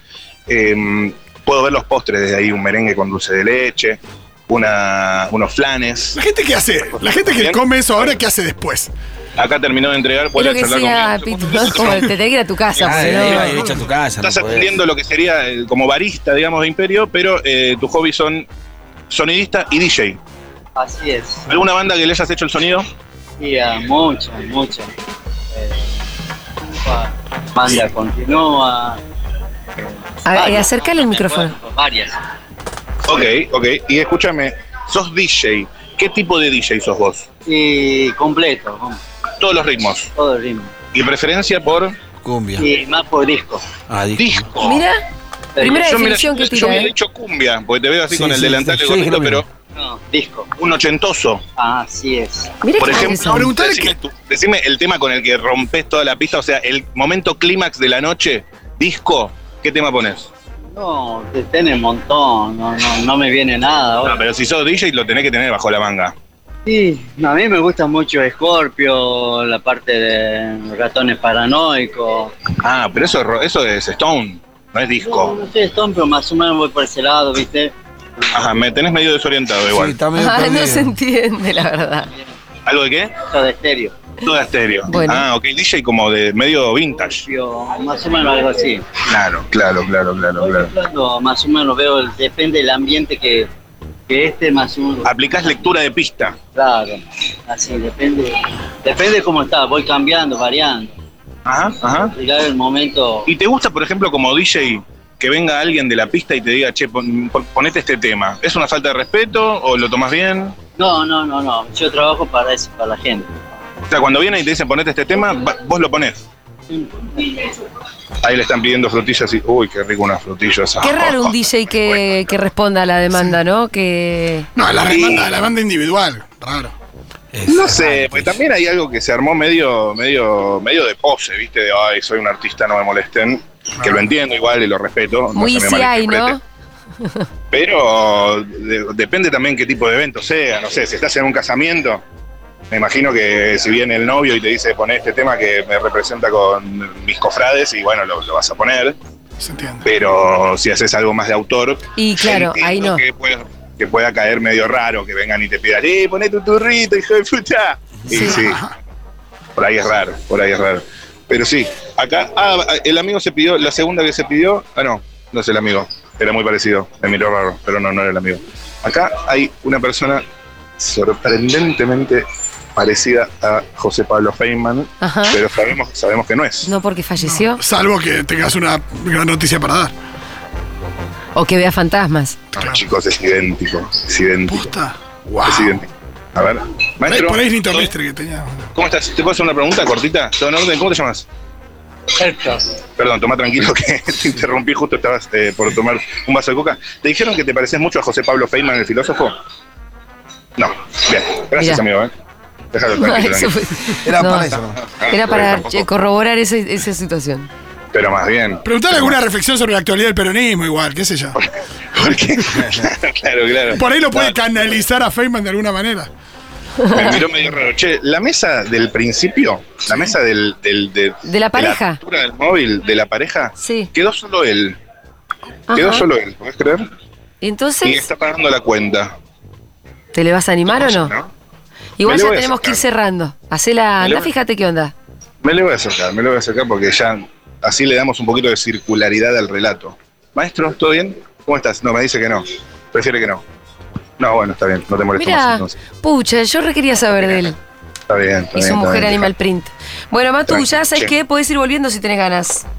Speaker 4: Eh, puedo ver los postres desde ahí, un merengue con dulce de leche, una, unos flanes.
Speaker 2: La gente que hace, la gente que
Speaker 4: Bien.
Speaker 2: come eso ahora, ¿qué hace después?
Speaker 4: Acá terminó de entregar,
Speaker 1: Es
Speaker 4: puedo
Speaker 1: lo que
Speaker 4: charlar
Speaker 1: sea,
Speaker 4: con
Speaker 1: Pito. Como te tenés que ir a tu casa,
Speaker 3: Ah,
Speaker 1: porque
Speaker 3: eh, iba
Speaker 1: no.
Speaker 3: derecho a tu casa.
Speaker 4: Estás
Speaker 3: no podés.
Speaker 4: aprendiendo lo que sería eh, como barista, digamos, de Imperio, pero eh, tus hobbies son sonidista y DJ.
Speaker 8: Así es.
Speaker 4: ¿Alguna banda que le hayas hecho el sonido?
Speaker 8: Sí, a mucho, mucho. Eh, pa- Manga continúa.
Speaker 1: A ver, eh,
Speaker 8: varias,
Speaker 1: acercale
Speaker 8: ¿no?
Speaker 1: el
Speaker 8: Me
Speaker 1: micrófono.
Speaker 8: acuerdo, Varias.
Speaker 4: Ok, ok. Y escúchame, sos DJ. ¿Qué tipo de DJ sos vos?
Speaker 8: Y completo, con
Speaker 4: Todos los ritmos.
Speaker 8: todo el ritmo.
Speaker 4: Y preferencia por
Speaker 3: Cumbia.
Speaker 8: Y más por disco.
Speaker 3: Ah, disco.
Speaker 4: disco.
Speaker 1: Mira,
Speaker 8: Pero
Speaker 1: Primera
Speaker 4: Oh. yo mira,
Speaker 1: definición que
Speaker 4: yo
Speaker 1: tira,
Speaker 4: hubiera
Speaker 1: ¿eh?
Speaker 4: dicho cumbia, porque te veo así
Speaker 3: Sí,
Speaker 4: con el
Speaker 3: sí,
Speaker 4: delantal
Speaker 3: sí,
Speaker 4: y
Speaker 3: yo dije
Speaker 4: gordito,
Speaker 3: lo
Speaker 4: pero
Speaker 3: mismo.
Speaker 8: No, disco.
Speaker 4: un ochentoso.
Speaker 8: Así es.
Speaker 1: mira
Speaker 4: Por
Speaker 1: qué
Speaker 4: ejemplo,
Speaker 1: son.
Speaker 2: Preguntale
Speaker 4: decime, tú- decime el tema con el que rompes toda la pista, o sea, el momento clímax de la noche, disco, ¿qué tema pones?
Speaker 8: No, te tiene un montón. No, no, no me viene nada. ahora.
Speaker 4: No, pero si sos DJ lo tenés que tener bajo la manga.
Speaker 8: Sí, a mí me gusta mucho Scorpio, la parte de ratones paranoicos.
Speaker 4: Ah, pero eso, es ro- eso es Stone, no es
Speaker 8: No,
Speaker 4: disco.
Speaker 8: no sé, Stone, pero más o menos voy por ese lado, ¿viste?
Speaker 4: Ajá, me tenés medio desorientado
Speaker 3: Sí,
Speaker 4: igual.
Speaker 3: está medio
Speaker 1: Ah, no
Speaker 3: perdido.
Speaker 1: se entiende, la verdad.
Speaker 4: ¿Algo de qué?
Speaker 8: Eso de estéreo.
Speaker 4: Toda estéreo.
Speaker 1: Bueno.
Speaker 4: Ah, ok, DJ como de medio vintage.
Speaker 8: Scorpio, más o menos algo así.
Speaker 4: Claro, claro, claro, claro,
Speaker 8: Voy
Speaker 4: claro.
Speaker 8: mezclando, más o menos veo, el- depende del ambiente que, que este, más o menos.
Speaker 4: Aplicás lectura de pista.
Speaker 8: Claro, así, depende. Depende cómo está, voy cambiando, variando.
Speaker 4: Ajá, ajá.
Speaker 8: Llegar el momento.
Speaker 4: ¿Y te gusta, por ejemplo, como DJ, que venga alguien de la pista y te diga, che, pon- pon- ponete este tema? ¿Es una falta de respeto o lo tomas bien?
Speaker 8: No, no, no, no. Yo trabajo para eso, para la gente.
Speaker 4: O sea, cuando vienen y te dicen, ponete este tema, va- vos lo ponés. Ahí le están pidiendo frutillas y, uy, qué rico unas frutillas.
Speaker 1: Qué raro un DJ que, que responda a la demanda, ¿no? Que.
Speaker 2: No, la
Speaker 4: Sí.
Speaker 2: demanda, la banda individual, raro.
Speaker 3: Es-
Speaker 4: No sé, porque pues también hay algo que se armó medio, medio, medio de pose, ¿viste? De, ay, soy un artista, no me molesten. Que lo entiendo igual y lo respeto. no
Speaker 1: Muy
Speaker 4: se me
Speaker 1: easy hay, ¿no?
Speaker 4: malinterprete. Pero de- depende también qué tipo de evento sea. No sé, si estás en un casamiento, me imagino que si viene el novio y te dice poné este tema que me representa con mis cofrades, y bueno, lo, lo vas a poner.
Speaker 2: Se entiende.
Speaker 4: Pero si haces algo más de autor,
Speaker 1: Y claro, ahí
Speaker 4: entiendo
Speaker 1: no.
Speaker 4: Que pueda, que pueda caer medio raro, que vengan y te pidan, ¡eh, poné tu turrito, hijo de puta! Y sí. por ahí es raro, por ahí es raro. Pero sí, acá, ah, el amigo se pidió, la segunda que se pidió, ah, no, no es el amigo, era muy parecido, me miró raro, pero no, no era el amigo. Acá hay una persona sorprendentemente parecida a José Pablo Feynman,
Speaker 1: Ajá.
Speaker 4: pero sabemos, sabemos que no es.
Speaker 1: No porque falleció
Speaker 2: Salvo que tengas una gran noticia para dar.
Speaker 1: o que vea fantasmas.
Speaker 4: Pero, Ah, Chicos, es idéntico, es idéntico,
Speaker 2: Posta. Wow.
Speaker 4: es idéntico. A ver,
Speaker 2: Por ahí-
Speaker 4: maestro.
Speaker 2: por ahí es Nito Mestre que tenía.
Speaker 4: ¿Cómo estás? ¿Te puedo hacer una pregunta cortita? ¿Todo en orden? ¿Cómo te llamas?
Speaker 7: Héctor.
Speaker 4: Perdón, toma tranquilo que [LAUGHS] te interrumpí, justo estabas eh, por tomar un vaso de coca. ¿Te dijeron que te pareces mucho a José Pablo Feynman, el filósofo? No. Bien, gracias amigo. ¿eh? Déjalo
Speaker 1: [LAUGHS]
Speaker 4: tranquilo.
Speaker 1: Eso
Speaker 4: tranquilo.
Speaker 1: fue-
Speaker 3: Era
Speaker 1: no,
Speaker 3: para eso.
Speaker 1: Era para
Speaker 4: Tampoco.
Speaker 1: che, corroborar ese- esa situación.
Speaker 4: Pero más bien.
Speaker 2: Preguntale
Speaker 4: [LAUGHS]
Speaker 2: alguna reflexión sobre la actualidad del peronismo, igual, qué sé yo.
Speaker 4: ¿Por qué? [LAUGHS] claro, claro.
Speaker 2: Por ahí lo puede canalizar a Feynman de alguna manera.
Speaker 4: Me miró medio raro. Che, la mesa del principio, la mesa del, del- de,
Speaker 1: De la
Speaker 4: de
Speaker 1: pareja.
Speaker 4: la captura del móvil, de la pareja,
Speaker 1: Sí.
Speaker 4: quedó solo él. Quedó
Speaker 1: Ajá.
Speaker 4: solo él, ¿podés creer?
Speaker 1: Y
Speaker 4: Y
Speaker 1: entonces,
Speaker 4: está pagando la cuenta.
Speaker 1: ¿te le vas a animar o no? Igual
Speaker 4: Me le
Speaker 1: ya
Speaker 4: voy a
Speaker 1: tenemos que ir
Speaker 4: acercar.
Speaker 1: cerrando. Hacela,
Speaker 4: Me le
Speaker 1: anda,
Speaker 4: voy-
Speaker 1: fíjate qué onda.
Speaker 4: Me lo voy a acercar, me lo voy a acercar porque ya así le damos un poquito de circularidad al relato. Maestro, ¿todo bien? ¿Cómo estás? No, me dice que no. Prefiere que no. No, bueno, está bien, no te molesto más
Speaker 1: Mira,
Speaker 4: entonces.
Speaker 1: pucha, yo requería saber de él
Speaker 4: Está bien, está
Speaker 1: y
Speaker 4: bien.
Speaker 1: su
Speaker 4: está
Speaker 1: mujer
Speaker 4: bien,
Speaker 1: animal print. Bueno, Matu,
Speaker 4: Tranqui,
Speaker 1: ya sabes
Speaker 4: sí.
Speaker 1: que podés ir volviendo si tenés ganas.